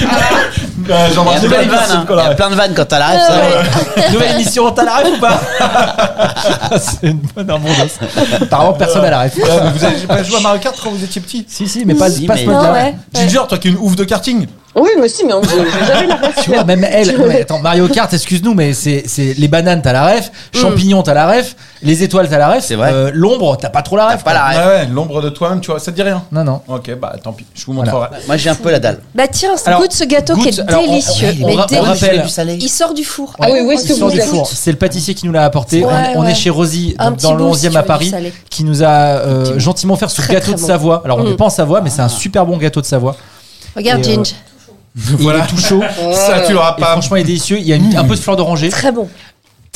Euh, j'en
Il y a
mangeais
plein
pas
de
les
vannes, hein.
principes,
Il y
la
a
ref.
plein de vannes quand t'as la ref.
Ah
ça.
ouais.
Nouvelle émission, t'as la ref ou pas
[LAUGHS]
C'est une bonne abondance. Apparemment, personne n'a la ref.
Euh,
Ouais, mais Vous avez pas joué à Mario Kart quand vous étiez petit
Si, si, mais pas,
Si,
pas
mais-
ce mode-là.
Ah ouais.
Ginger, toi qui es une ouf de karting.
Oui, mais si, mais on- j'ai j'ai
[LAUGHS]
jamais la ref.
Tu vois, même elle. non, mais attends, Mario Kart, excuse-nous, mais c'est c'est les bananes, t'as la ref.
Mm.
Champignons, t'as la ref. Les étoiles, t'as la ref.
C'est vrai.
euh, L'ombre, t'as pas trop la ref.
Pas la
quoi.
ref.
Ouais, ouais, l'ombre de toi-même, tu vois, ça te dit rien.
Non, non.
Ok, bah tant pis, je vous montrerai.
Moi j'ai un peu la dalle.
Bah tiens,
Alors,
goûte ce gâteau
goûte,
qui est
alors, on-
délicieux.
on-
mais
on
délicieux.
rappelle-
du salé.
Il sort du four.
Ah oui, où est-ce
Il
que
sort
vous
du
êtes
four. C'est le pâtissier qui nous l'a apporté.
Ouais,
on, on
ouais.
est chez Rosie,
Un
donc
petit
dans le
bout, si tu
11e à
veux, du
Paris,
salé.
qui nous a euh,
petit bout.
gentiment fait ce
Très,
gâteau
très
de
bon.
Savoie. Alors, on n'est
Mm.
pas en Savoie, mais c'est un super bon gâteau
[LAUGHS]
de Savoie.
Regarde,
Et, euh,
Ginge.
Il est
[LAUGHS]
tout chaud.
Ça, tu l'auras
Et
pas.
franchement, il est délicieux. Il y a une- un peu de fleur d'oranger. Très,
Très bon.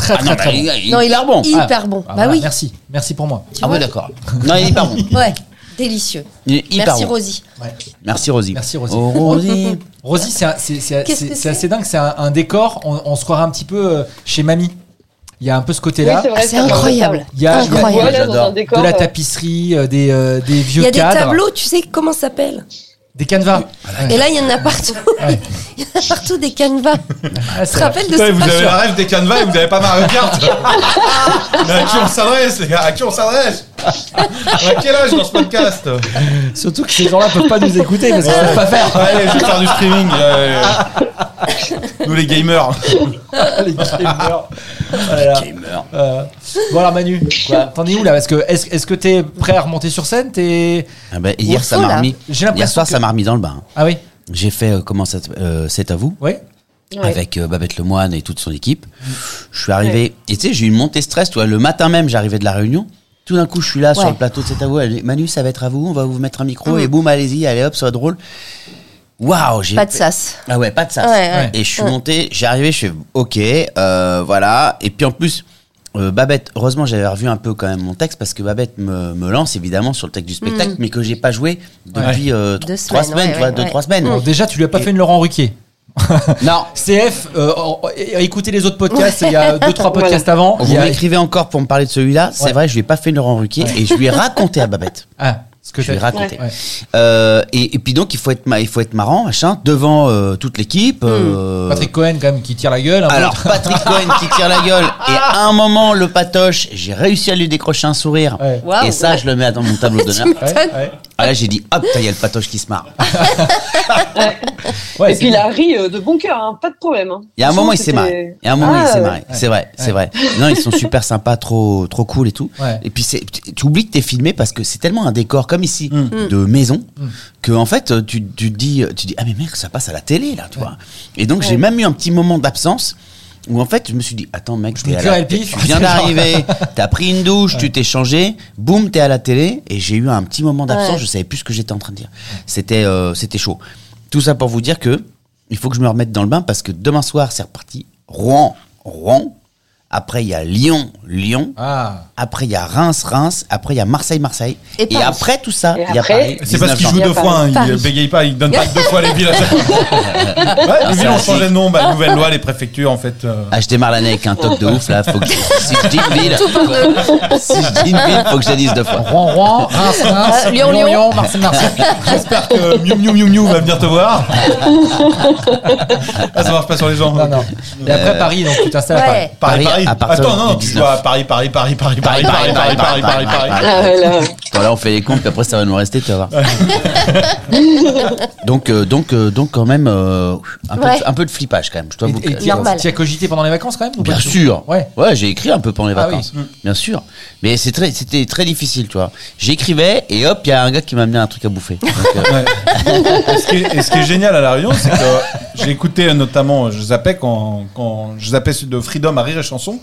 Ah
très, très, bon.
Non, il est
bon.
Hyper bon.
Ah,
bah
voilà,
oui.
Merci, merci pour moi.
tu
Ah
vois.
ouais, d'accord. Non, il est hyper bon.
Ouais, délicieux.
Il est hyper
Merci,
bon.
Rosie.
Merci Rosie.
Merci, Rosie. [LAUGHS]
Oh, Rosie.
Rosie, c'est un- c'est- c'est
Qu'est-ce
c'est-
que
c'est
c'est
assez dingue. C'est un, un décor. On, on se croirait un petit peu euh, chez Mamie. Il y a un peu ce côté-là.
Oui, vrai,
c'est
ça me
incroyable.
Il y a- il y a-
parle.
Incroyable.
Voilà, dans
J'adore.
un décor.
de la
euh,
tapisserie, euh, des, euh, des vieux
Il y a des
cadres,
tableaux, tu sais comment ça s'appelle
des canevas.
Et là, il y en a partout. [LAUGHS] Il y en a partout des canevas.
Ah,
Tu
c'est
te
vrai.
rappelles de
Putain,
ce
vous avez la rêve des canevas et vous n'avez pas Mario Kart Mais à qui on s'adresse, les gars À qui on s'adresse À quel âge dans ce podcast
Surtout que ces gens-là peuvent pas nous écouter parce qu'ils savent pas faire.
[LAUGHS]
Allez, Ah, je vais faire du streaming. euh, Nous les gamers.
Ah.
les gamers. Voilà.
Gamer.
Euh, bon alors Manu, quoi, t'en es où là Parce que est-ce est-ce que t'es prêt à remonter sur scène T'es
Ah ben, hier, ça
faut,
m'a
là.
remis.
J'ai
Hier
l'impression
soir,
que-
ça m'a remis dans le bain.
ah oui,
J'ai fait euh, comment ça s'appelle, euh, c'est à vous
oui.
ouais.
avec euh, Babette Lemoine et toute son équipe. Je suis arrivé et tu sais, j'ai eu une montée de stress. Toi, le matin même, j'arrivais de la réunion. Tout d'un coup, je suis là sur
Ouais.
le plateau de C'est à vous. Elle dit, Manu, ça va être à vous. On va vous mettre un micro et boum, allez-y, allez hop, ça va être drôle. Waouh, j'ai
Pas de sas.
Ah ouais, pas de ça.
Ouais, ouais.
Et je suis monté, j'ai arrivé, je fais OK, euh, voilà. Et puis en plus, euh, Babette, heureusement, j'avais revu un peu quand même mon texte parce que Babette me, me lance évidemment sur le texte du spectacle, mais que j'ai pas joué depuis euh,
Mm. Deux semaines,
trois semaines,
ouais,
tu vois,
ouais,
deux,
ouais.
trois semaines.
Bon, déjà tu lui as pas fait une Laurent Ruquier.
Hum. [LAUGHS] Non.
CF, euh, en- en- écoutez les autres podcasts. Il y a deux trois podcasts avant. Il
Vous
y a-
m'écrivez encore pour me parler de celui-là. C'est
Ouais.
vrai, je lui ai pas fait Laurent Ruquier et je lui ai raconté à Babette.
Ah, ce [LAUGHS] que
Je lui ai
t'as-
raconté.
Ouais.
Euh, et, et puis donc, il faut être, ma- il faut être marrant, machin, devant euh, toute l'équipe.
Mm.
euh,
Patrick Cohen quand même qui tire la gueule. un peu.
Alors Patrick Cohen qui tire la gueule et à un moment le patoche, j'ai réussi à lui décrocher un sourire
Ouais.
Waouh.
et ça je le mets dans mon tableau d'honneur.
Ouais, ouais.
Ah là j'ai dit hop, il y a le patoche qui se marre.
Ouais,
Et
c'est
puis il
bon.
a ri euh, de bon cœur, hein, pas de problème. hein.
Il y a un moment il s'est
Franchement,
marré.
c'était-
Il y a un moment
Ah,
il s'est
ouais.
marré. C'est vrai, c'est vrai. Non ils sont super sympas, trop trop cool et tout.
Ouais.
Et puis c'est- tu tu oublies que t'es filmé parce que c'est tellement un décor comme ici de maison que en fait tu tu te dis tu dis ah mais merde ça passe à la télé là tu vois. Et donc j'ai même eu un petit moment d'absence. Où en fait, je me suis dit, attends, mec,
me
t'es à
curais
la-
le pif.
tu viens d'arriver, t'as pris une douche, tu t'es changé, boum, t'es à la télé, et j'ai eu un petit moment d'absence,
Ouais.
je savais plus ce que j'étais en train de dire. C'était, euh, c'était chaud. Tout ça pour vous dire que il faut que je me remette dans le bain parce que demain soir, c'est reparti. Rouen, Rouen. Après, il y a Lyon, Lyon.
Ah.
Après, il y a Reims, Reims. Après, il y a Marseille, Marseille.
Et
Et,
Paris.
après tout ça,
Et
il y a
après-
Paris.
C'est parce
19
qu'il joue
janvier.
deux fois, hein, il
Paris.
bégaye pas, il donne pas deux fois les villes à chaque fois. Ouais, les villes ont changé de nom, bah, nouvelle loi, les préfectures en fait. euh,
Ah, je démarre l'année avec un toc de ouf, là. Faut que je- si je dis une ville, si je dis une ville, faut que je la dise deux fois.
Rouen, Rouen, Reims, Reims,
Euh,
Ah, Lyon, Lyon.
Marseille,
[LAUGHS]
Marseille.
J'espère que Miu Miu Miu Miu va venir te voir. Ah, ça marche pas sur les gens.
Non, non. Et
Euh,
après Paris, donc tu t'installes à Paris.
Ouais.
Paris,
Paris,
Paris.
à partir
Attends, non,
du
tu
19.
vois Paris, Paris, Paris, Paris, Paris, Paris, Paris, Paris, Paris, Paris.
Ah, ouais, là.
Attends, là, on fait les comptes, puis après, ça va nous rester,
[LAUGHS]
tu vas voir. donc, euh, donc, euh, donc, quand même, euh, un, peu
Ouais.
de, un peu de flippage, quand même. Je dois vous
Et- et
que-
tu as-
Normal.
tu as cogité pendant les vacances quand même ou pas
Bien
du tout
sûr.
Ouais.
j'ai écrit un peu pendant les
Ah
vacances. Bien sûr. Mais c'est très, c'était très difficile, tu vois. J'écrivais, et hop, il y a un gars qui m'a amené un truc à bouffer. Donc,
[LAUGHS]
euh,
Ouais. Et ce, qui est, et ce qui est génial à La Réunion, c'est que j'ai écouté notamment, je zappais quand, quand je zappais de Freedom à Rire et Chanson.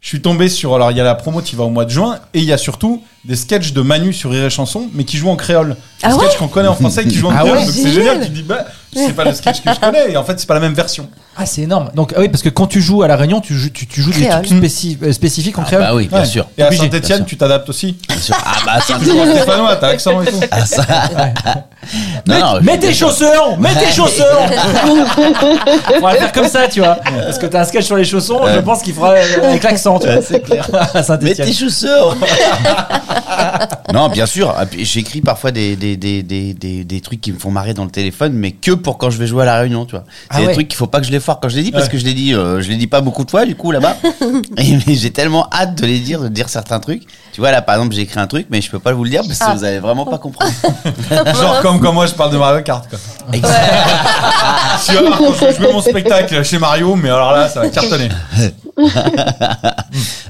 Je suis tombé sur, alors il y a la promo qui va au mois de juin, et il y a surtout des sketchs de Manu sur Rire et Chanson, mais qui jouent en créole. Des
Ah
sketchs qu'on connaît en français et qui jouent en
Ah
créole.
ouais
donc c'est génial, tu te dis, bah, c'est pas le sketch que je connais. Et en fait, c'est pas la même version.
Ah, c'est énorme. Donc, ah oui, parce que quand tu joues à La Réunion, tu, joues- tu, tu joues
Créole.
des trucs spécif- euh, spécifiques en créole.
Bah oui, bien
Ouais.
sûr.
Et à
Obligé,
bien
Saint-Etienne,
sûr.
tu t'adaptes aussi.
Bien sûr. Ah bah ça.
Toujours en stéphanois, t'as accent et tout.
ah, ça.
[LAUGHS]
Non,
Mets,
non, je-
mets tes chaussons, mets tes chaussons. [LAUGHS] On va le faire comme ça, tu vois. Parce que t'as un sketch sur les chaussons, je pense qu'il fera euh, avec l'accent, tu vois. C'est clair. [LAUGHS] À
Mets
Saint-Etienne.
tes chaussures [LAUGHS] Non, bien sûr. Ah, puis J'écris parfois des, des, des, des, des, des trucs qui me font marrer dans le téléphone, mais que pour quand je vais jouer à la réunion, tu vois. C'est
Ah
des
ouais.
trucs qu'il faut pas que je les foire quand je les dis, parce que je les dis, euh, je les dis pas beaucoup de fois, du
[LAUGHS]
coup, là-bas. Et mais j'ai tellement hâte de les dire, de dire certains trucs. Tu vois, là, par exemple, j'ai écrit un truc, mais je peux pas vous le dire parce que
Ah.
vous allez vraiment
[LAUGHS]
pas comprendre.
Genre comme quand moi je parle de Mario Kart. Quoi.
Exact.
Tu vas voir, quand je mets mon spectacle chez Mario, mais alors là, ça va cartonner.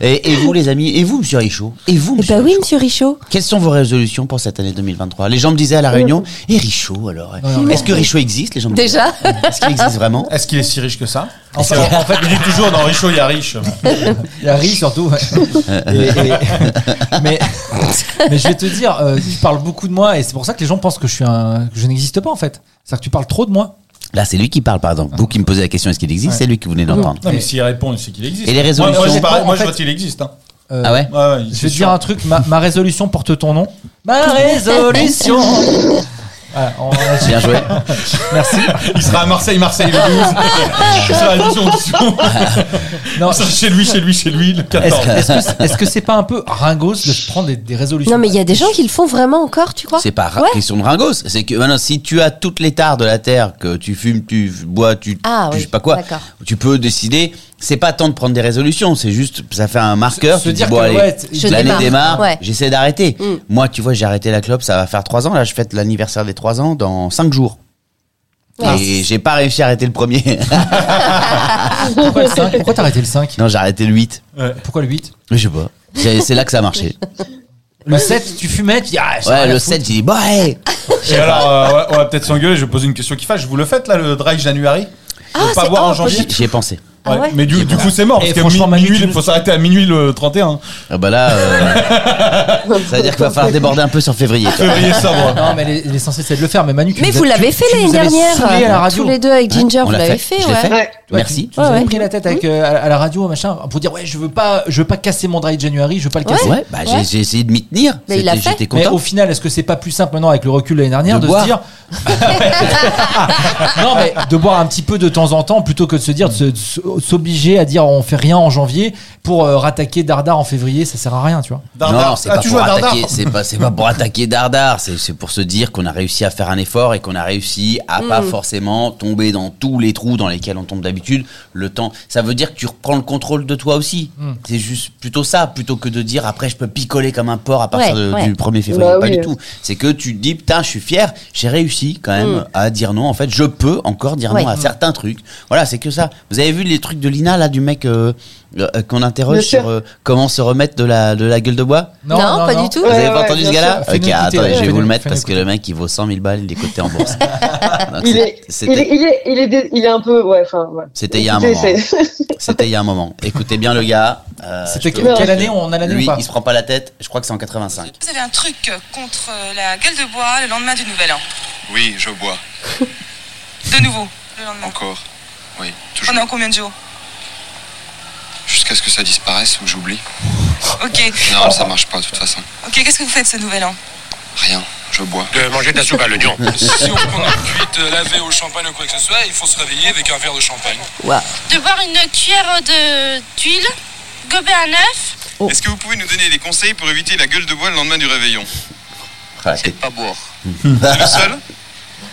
Et, et vous, les amis, et vous, monsieur Richaud, et vous,
Eh
monsieur
ben oui,
Richaud,
monsieur Richaud.
Quelles sont vos résolutions pour cette année 2023 Les gens me disaient à la réunion, et Richaud alors Est-ce que Richaud existe les gens me disaient.
Oh. Déjà
Est-ce qu'il existe vraiment
Est-ce qu'il est si riche que ça
Enfin,
En fait, il dit toujours dans Richaud, il y a riche.
Il y a riz surtout. ouais. Et- [LAUGHS] et- mais, mais je vais te dire, euh, tu parles beaucoup de moi et c'est pour ça que les gens pensent que je suis un, que je n'existe pas en fait. C'est-à-dire que tu parles trop de moi.
Là, c'est lui qui parle, par exemple. Vous qui me posez la question, est-ce qu'il existe C'est lui que vous venez d'entendre.
Non, mais s'il répond, c'est qu'il existe.
Et les
Moi,
résolutions
moi, c'est pareil, moi,
En
je
fait-
vois qu'il existe. hein.
Euh,
Ah ouais
Ouais, ouais,
Je
c'est
vais te
sûr.
dire un truc, ma, ma résolution porte ton nom. [LAUGHS] Ma résolution. Voilà, on-
Bien joué.
merci.
Il sera à Marseille, Marseille le 12.
[LAUGHS]
Il sera à Dijon, Dijon.
Non,
[LAUGHS]
Il sera chez lui, chez lui, chez lui le 14.
Est-ce est-ce que c'est- est-ce que c'est pas un peu ringos de se prendre des, des résolutions
Non, mais il y a des gens qui le font vraiment encore, tu crois
C'est pas ra-
Ouais.
question de ringos. C'est que maintenant, si tu as toutes les tares de la terre, que tu fumes, tu f- bois, tu,
Ah
tu
oui,
je sais pas quoi,
d'accord.
tu peux décider. C'est pas tant de prendre des résolutions, c'est juste ça fait un marqueur.
Se- se
tu te dis,
dire
bon,
que,
allez,
ouais, t-
Je
l'année
démarre.
démarre,
Ouais. Mm.
j'essaie d'arrêter. Moi, tu vois, j'ai arrêté la clope, ça va faire trois ans. Là, je fête l'anniversaire des trois ans dans cinq jours.
Ouais.
Et j'ai pas réussi à arrêter le premier. [LAUGHS]
Pourquoi
[LAUGHS]
le 5 Pourquoi t'as arrêté le 5
non, j'ai arrêté le 8.
Pourquoi le 8
Je sais pas. C'est c'est là que ça
[LAUGHS]
a marché.
Le 7, tu fumais, tu dis ah, j'ai rien à
Ouais, le
foutre.
7, j'ai dit, bah, hey,
Et alors, euh, on va- on va peut-être s'engueuler, je vais poser une question qui fâche. Vous le faites là, le dry January
Ah,
Ne pas
c'est-
boire
oh,
en janvier
J'y ai pensé.
Ah ouais
Mais du, du coup, c'est mort,
Et
parce que
franchement,
mi-
Manu,
minuit,
tu
il
nous-
faut s'arrêter à minuit le 31.
Ah bah
[LAUGHS]
là, euh, ça veut dire qu'il va falloir déborder un peu sur février. toi.
Février sobre.
Non, mais l'es- l'essentiel c'est de le faire. Mais Manu, tu
Mais
nous as-
vous l'avez
tu-
fait
tu
l'année
nous avais
dernière,
saoulés à la
euh,
radio.
tous les deux avec Ginger,
on
vous
l'a
l'avez
fait.
fait,
Je l'ai
ouais.
fait.
Ouais.
Ouais, Tu,
Merci.
tu nous
Ouais, Mmh.
avais
ouais.
pris la tête avec euh, à à la radio machin pour dire ouais je veux pas je veux pas casser mon dry January je veux pas le casser.
Ouais, bah, j'ai-
Ouais.
j'ai essayé de m'y tenir.
Mais il
C'était-
l'a fait.
J'étais
Mais
content.
au final, est-ce que c'est pas plus simple maintenant avec le recul de l'année dernière
De
de,
boire.
se dire [LAUGHS] non mais de boire un petit peu de temps en temps plutôt que de se dire de se- de s- s'obliger à dire on fait rien en janvier pour euh, rattaquer Dardar en février ça sert à rien tu vois.
Non,
Dardar.
non, c'est
Ah,
pas
tu
pour
joues à Dardar
attaquer, c'est pas, c'est pas pour attaquer Dardar, c'est, c'est pour se dire qu'on a réussi à faire un effort et qu'on a réussi
Mm.
à pas forcément tomber dans tous les trous dans lesquels on tombe d'habitude. Le temps, ça veut dire que tu reprends le contrôle de toi aussi.
Mm.
C'est juste plutôt ça, plutôt que de dire après je peux picoler comme un porc à partir
Ouais,
de-
ouais.
du 1er février.
Bah
pas
oui.
du tout. C'est que tu te dis putain, je suis fier, j'ai réussi quand même à dire non. En fait, je peux encore dire
Mm. Ouais.
non à certains trucs. Voilà, c'est que ça. Vous avez vu les trucs de Lina là, du mec euh, euh, qu'on interroge
Bien sûr.
sur euh, comment se remettre de la, de la gueule de bois
Non, pas du tout.
vous
Ouais,
avez pas
ouais,
entendu ce
bien
gars-là
sûr.
Ok,
Fais-nous écouter,
attendez, je vais
fais-nous-
vous le mettre
fais-nous
parce que
écouter.
le mec, il vaut 100 000 balles, il est coté
[LAUGHS]
en bourse. Donc,
Il est, il est,
C'était
il est, il est, dé- il est un peu, ouais, enfin, ouais.
c'était il y a un
C'est-
moment.
c'est- [LAUGHS]
c'était il y a un moment. Écoutez bien le gars. euh,
C'était
je peux
que-
vous
quelle
dire
année
que
on a l'année
Lui,
ou pas
il se prend pas la tête. Je crois que c'est en 85.
Vous avez un truc contre la gueule de bois le lendemain du nouvel an.
Oui, je bois.
De nouveau, le lendemain.
Encore. Oui, toujours.
On est en combien de jours
Jusqu'à ce que ça disparaisse ou que j'oublie.
Ok,
Non, ça marche pas de toute façon.
ok, qu'est-ce que vous faites ce nouvel an
Rien, je bois.
de manger de la soupe à l'oignon.
[LAUGHS] Si on prend un cuite lavé au champagne ou quoi que ce soit, il faut se réveiller avec un verre de champagne.
de boire une cuillère de d'huile, gober un œuf.
Est-ce que vous pouvez nous donner des conseils pour éviter la gueule de bois le lendemain du réveillon
Ah, c'est-
Pas boire.
Le seul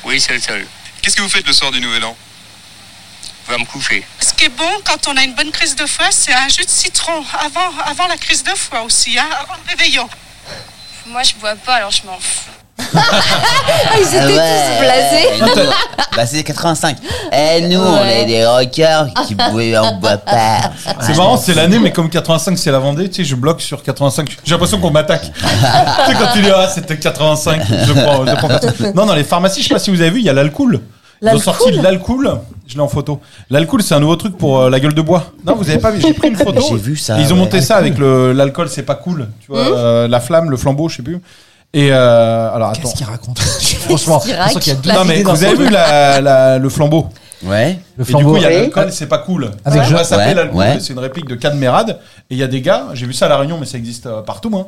Oui, c'est le seul.
Qu'est-ce que vous faites le soir du Nouvel An
Va me coucher.
Ce qui est bon quand on a une bonne crise de foie, c'est un jus de citron avant, avant la crise de foie aussi, hein, en réveillant. Moi, je bois pas, alors je m'en fous.
Ah, ils étaient
Ah ouais.
tous blasés.
Et nous, bah, c'est 85. Et nous, on
Ouais.
est des rockers qui pouvaient en boit pas.
C'est marrant, c'est l'année, mais comme 85, c'est la Vendée, tu sais, je bloque sur 85. J'ai l'impression qu'on m'attaque. [LAUGHS] tu sais, quand tu dis, ah, c'était 85, je prends, je prends 85. Non, dans les pharmacies, je sais pas si vous avez vu, il y a l'alcool. Ils ont
L'alcool
sorti l'alcool. Je l'ai en photo. L'alcool, c'est un nouveau truc pour euh, la gueule de bois. Non, vous avez pas vu, j'ai
[LAUGHS]
pris une photo.
J'ai vu ça,
Ils ont
ouais. Mmh.
monté ça avec le- l'alcool, c'est pas cool. Tu vois, euh, la flamme, le flambeau, je sais plus. Et euh, alors, attends.
Qu'est-ce
[LAUGHS]
qu'il raconte Franchement,
qu'il
on sent qu'il y a
raconte
deux
là
Non, mais vous avez vu la- la- le flambeau
Ouais.
Le
Et du coup,
flambeau.
il y a
Oui.
l'alcool, c'est pas cool.
Ah, Avec
ça
Jean-
va s'appeler
Ouais,
l'alcool,
ouais.
c'est une réplique de Cadmerade. Et il y a des gars, j'ai vu ça à La Réunion, mais ça existe euh, partout. hein.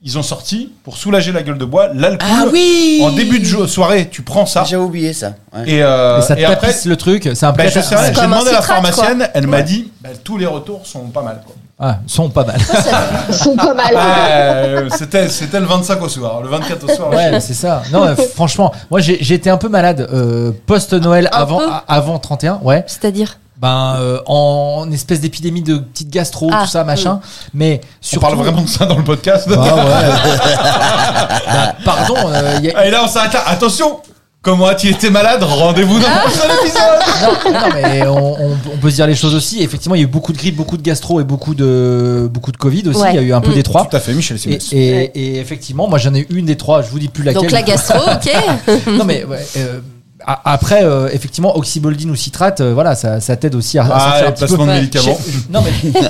Ils ont sorti, pour soulager la gueule de bois, l'alcool.
Ah oui
En début de jo- soirée, tu prends ça.
J'ai oublié ça. ouais.
Et, euh,
Et ça te
et après,
tapisse le truc. C'est un
bah,
peu.
je sais rien,
C'est
j'ai
comme un
demandé à la
citrate, quoi.
pharmacienne, elle m'a dit bah, tous les retours sont pas mal. quoi.
Ah, sont pas mal. [LAUGHS]
Ils sont pas mal.
Euh, C'était c'était le 25 au soir, le 24 au soir.
Ouais, mais c'est ça. Non, euh, franchement, moi j'ai- j'étais un peu malade euh, post-Noël
Un
avant,
peu
a- avant 31, ouais.
C'est-à-dire
Ben, euh, en espèce d'épidémie de petite gastro,
Ah,
tout ça, machin. Mais
On
surtout.
parle vraiment de ça dans le podcast.
Ah, ouais. [LAUGHS] Bah, pardon, euh, y
[LAUGHS]
a-
Et là, on s'arrête là. Attention Comment a-t-il été malade Rendez-vous dans
Ah.
le prochain épisode
non, non, mais on, on- on peut se dire les choses aussi. Effectivement, il y a eu beaucoup de grippe, beaucoup de gastro et beaucoup de, beaucoup de Covid aussi.
Ouais.
Il y a eu un peu
Mm.
des trois.
Tout à fait, Michel
Et,
Simès.
et- et effectivement, moi j'en ai une des trois, je vous dis plus laquelle.
Donc la gastro, ok.
non mais ouais, euh, a- après, euh, effectivement, oxyboldine ou citrate, euh, voilà, ça, ça t'aide aussi à, à
Ah,
sortir un
le
petit peu.
placement de
Ouais.
médicaments.
Je- non, mais,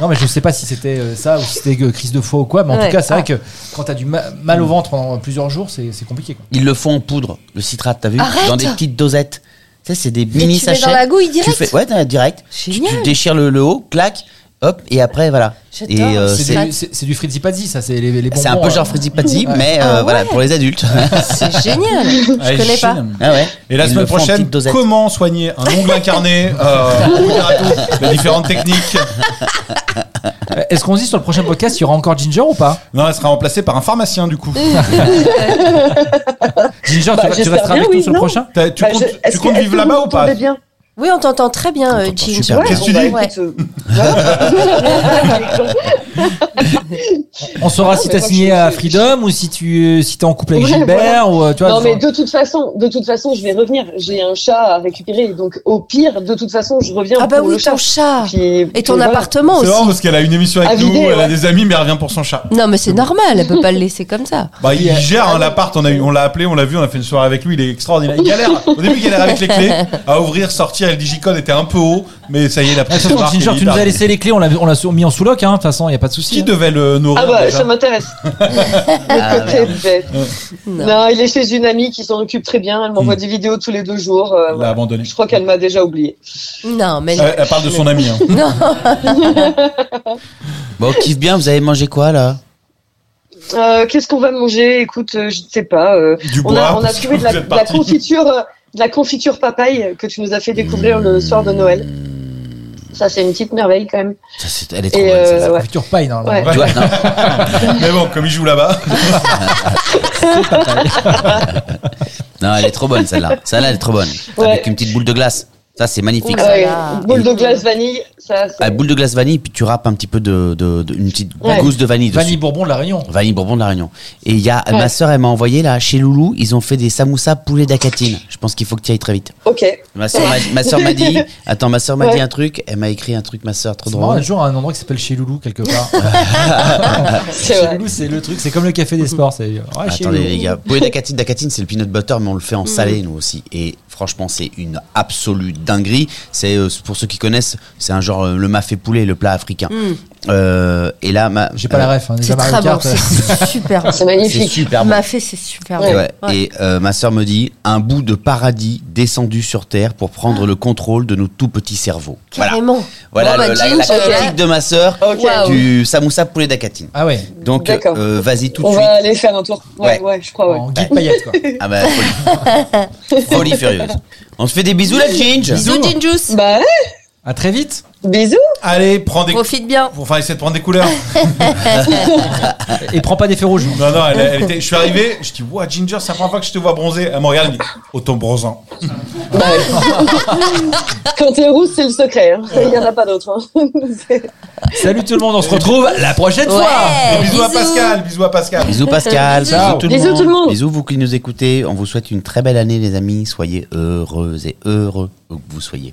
non mais je sais pas si c'était euh, ça ou si c'était euh, crise de foie ou quoi, mais en
Ouais.
tout cas c'est
Ah.
vrai que quand t'as du ma- mal au ventre pendant plusieurs jours, c'est c'est compliqué. Quoi.
Ils le font en poudre, le citrate, t'as vu
Arrête
Dans des petites dosettes. Tu sais, c'est des
Et
mini
tu mets
sachets.
dans la gouille
Tu
direct.
fais, ouais, dans- direct. Tu,
Génial.
tu déchires le, le haut, clac, hop, et après, voilà.
J'adore.
Et euh,
C'est
c'est
du, c'est- c'est du frizzipazzi, ça, c'est les, les bonbons.
c'est un peu
euh,
genre Frizzipazzi,
Ouais.
mais euh,
Ah
voilà,
ouais.
pour les adultes. [LAUGHS]
C'est génial. Je connais pas.
ah ouais.
Et la
Ils
semaine
le font en
prochaine,
petite dosette.
comment soigner un ongle incarné euh, On vous dira
[LAUGHS]
tout, les différentes techniques.
Est-ce qu'on se dit sur le prochain podcast, il y aura encore Ginger ou pas
Non, elle sera remplacée par un pharmacien du coup.
Mmh.
Ginger,
Bah,
tu- tu,
j'espère
resteras
bien,
avec nous
oui,
sur le
non.
prochain
T'as- tu
Bah,
comptes,
je-
tu
est-ce que-
comptes
est-ce
vivre
que
là-bas
vous
ou pas
m'entendez bien
Oui, on t'entend très bien, euh,
On t'entend
Ginger.
super bien.
Qu'est-ce que tu
Ouais,
dis
bah, écoute, [LAUGHS] euh,
On saura si
mais
t'as
moi,
signé
je-
à
je-
Freedom ou si tu euh, si t'es en couple avec
Ouais,
Gilbert ou euh, tu vois.
Non mais
genre-
de toute façon, de toute façon, je vais revenir. J'ai un chat à récupérer, donc au pire, de toute façon, je reviens
Ah bah
pour le
oui,
chat.
ton chat.
Puis- puis
Et ton
voilà.
appartement
C'est
aussi.
marrant parce qu'elle a une émission avec
À
nous,
vider,
elle a
ouais.
des amis, mais elle revient pour son chat.
Non, mais c'est normal, elle peut pas le laisser comme ça.
Bah, il gère hein, l'appart, on a eu- on l'a appelé, on l'a vu, on a fait une soirée avec lui, il est extraordinaire. Il galère, au début il galère avec les clés, à ouvrir, sortir, et le digicode était un peu haut, mais ça y est, la
Ah, de
prise
toute
de
façon,
marque,
Ginger,
il est
tu nous
hyper-
as laissé les clés, on l'a on l'a mis en sous-loc, hein, de toute façon, il n'y a pas de souci.
Qui devait le nourrir
Ah bah
déjà
ça m'intéresse.
Ah,
Le côté
merde.
bête.
Non.
Non. il est chez une amie qui s'en occupe très bien. Elle m'envoie
Hmm.
des vidéos tous les deux jours. euh,
Elle l'a
voilà.
abandonné.
Je crois qu'elle m'a déjà oublié.
Non, mais non.
Elle, elle parle
[LAUGHS]
de son ami. hein.
Non.
Bon, kiffe bien, vous avez mangé quoi là
Euh, Qu'est-ce qu'on va manger Écoute, euh, je ne sais pas. euh,
Du
on,
bois,
a, on a
parce
trouvé
que
de la,
vous êtes
de la
partis.
confiture, euh, de la confiture papaye que tu nous as fait découvrir
Mm.
le soir de Noël. Ça, c'est une petite merveille quand même.
Mmh. Ah Ça, c'est- Elle est trop
Et
bonne.
euh,
celle-là.
La
ouais.
future paille, normalement.
Ouais.
Tu vois, non,
Mais bon, comme il joue là-bas,
non, elle est trop bonne celle-là. Celle-là, elle est trop bonne.
Ouais.
Avec une petite boule de glace. Ça, c'est magnifique.
Oh là
ça.
Ouais,
là.
boule de glace vanille, ça. c'est-
Ah, boule de glace vanille, puis tu râpes un petit peu de, de- de- une petite
Ouais.
gousse de vanille dessus.
Vanille Bourbon de la Réunion.
Vanille Bourbon de la Réunion. Et il y a
Ouais.
ma sœur, elle m'a envoyé là chez Loulou, ils ont fait des samoussas poulet d'acatine. Je pense qu'il faut que tu ailles très vite.
Ok.
Ma sœur m'a, ma sœur
[LAUGHS]
m'a dit, attends, ma sœur m'a
Ouais.
dit un truc, elle m'a écrit un truc, ma sœur, trop
C'est marrant, un
drôle.
jour, à un endroit qui s'appelle Chez Loulou, quelque part.
C'est
chez
vrai.
Loulou, c'est le truc, c'est comme le café des sports. c'est- ouais, chez
Attendez
Loulou.
les gars, poulet d'acatine, d'acatine c'est le peanut butter mais on le fait
Mm.
en salé nous aussi et franchement c'est une absolue dinguerie. C'est euh, pour ceux qui connaissent, c'est un genre euh, le mafé poulet, le plat africain.
Mm.
Euh, et là, ma,
J'ai pas la
euh,
ref, hein, déjà
C'est
Mario
très bon,
Kart.
c'est super.
C'est
c'est
magnifique.
super bon.
Ma fée, c'est super.
Et,
bon.
ouais.
Ouais.
Et, euh, ma sœur me dit un bout de paradis descendu sur terre pour prendre le contrôle de nos tout petits cerveaux. Voilà,
Ah. Carrément.
voilà
Bon, bah,
le- la,
Jim,
la
tu vas-
critique de ma sœur
Ok.
du samoussa poulet d'acatine.
Ah ouais,
Donc
D'accord.
euh, vas-y tout de
On
suite.
va aller faire un tour.
Ouais.
Ouais, ouais, je crois. Ouais.
en guide paillette, quoi.
Ah bah, folie.
[LAUGHS]
Folie furieuse. On se fait des bisous la Ginge.
Bisous, Ginjus.
Bah, ouais,
À très vite.
bisous.
allez, prends des.
Profite bien.
Enfin, essayer de prendre des couleurs.
Et prends pas d'effet rouge.
Non, non, elle, elle était... je suis arrivé, je dis, Ouah, Ginger, c'est la première fois que je te vois bronzer. Elle me regarde, elle me dit, autant bronzant.
Bah, ouais. Quand t'es rousse, c'est le secret. hein. Il y n'y en a pas d'autre. hein. C'est-
Salut tout le monde, on se retrouve la prochaine fois.
Ouais,
Et bisous, à Pascal, bisous à Pascal.
Bisous Pascal, bisous,
Ciao.
tout, le
Bisous
monde.
tout le monde.
Bisous vous qui nous écoutez. On vous souhaite une très belle année les amis. Soyez heureux et heureux où que vous soyez.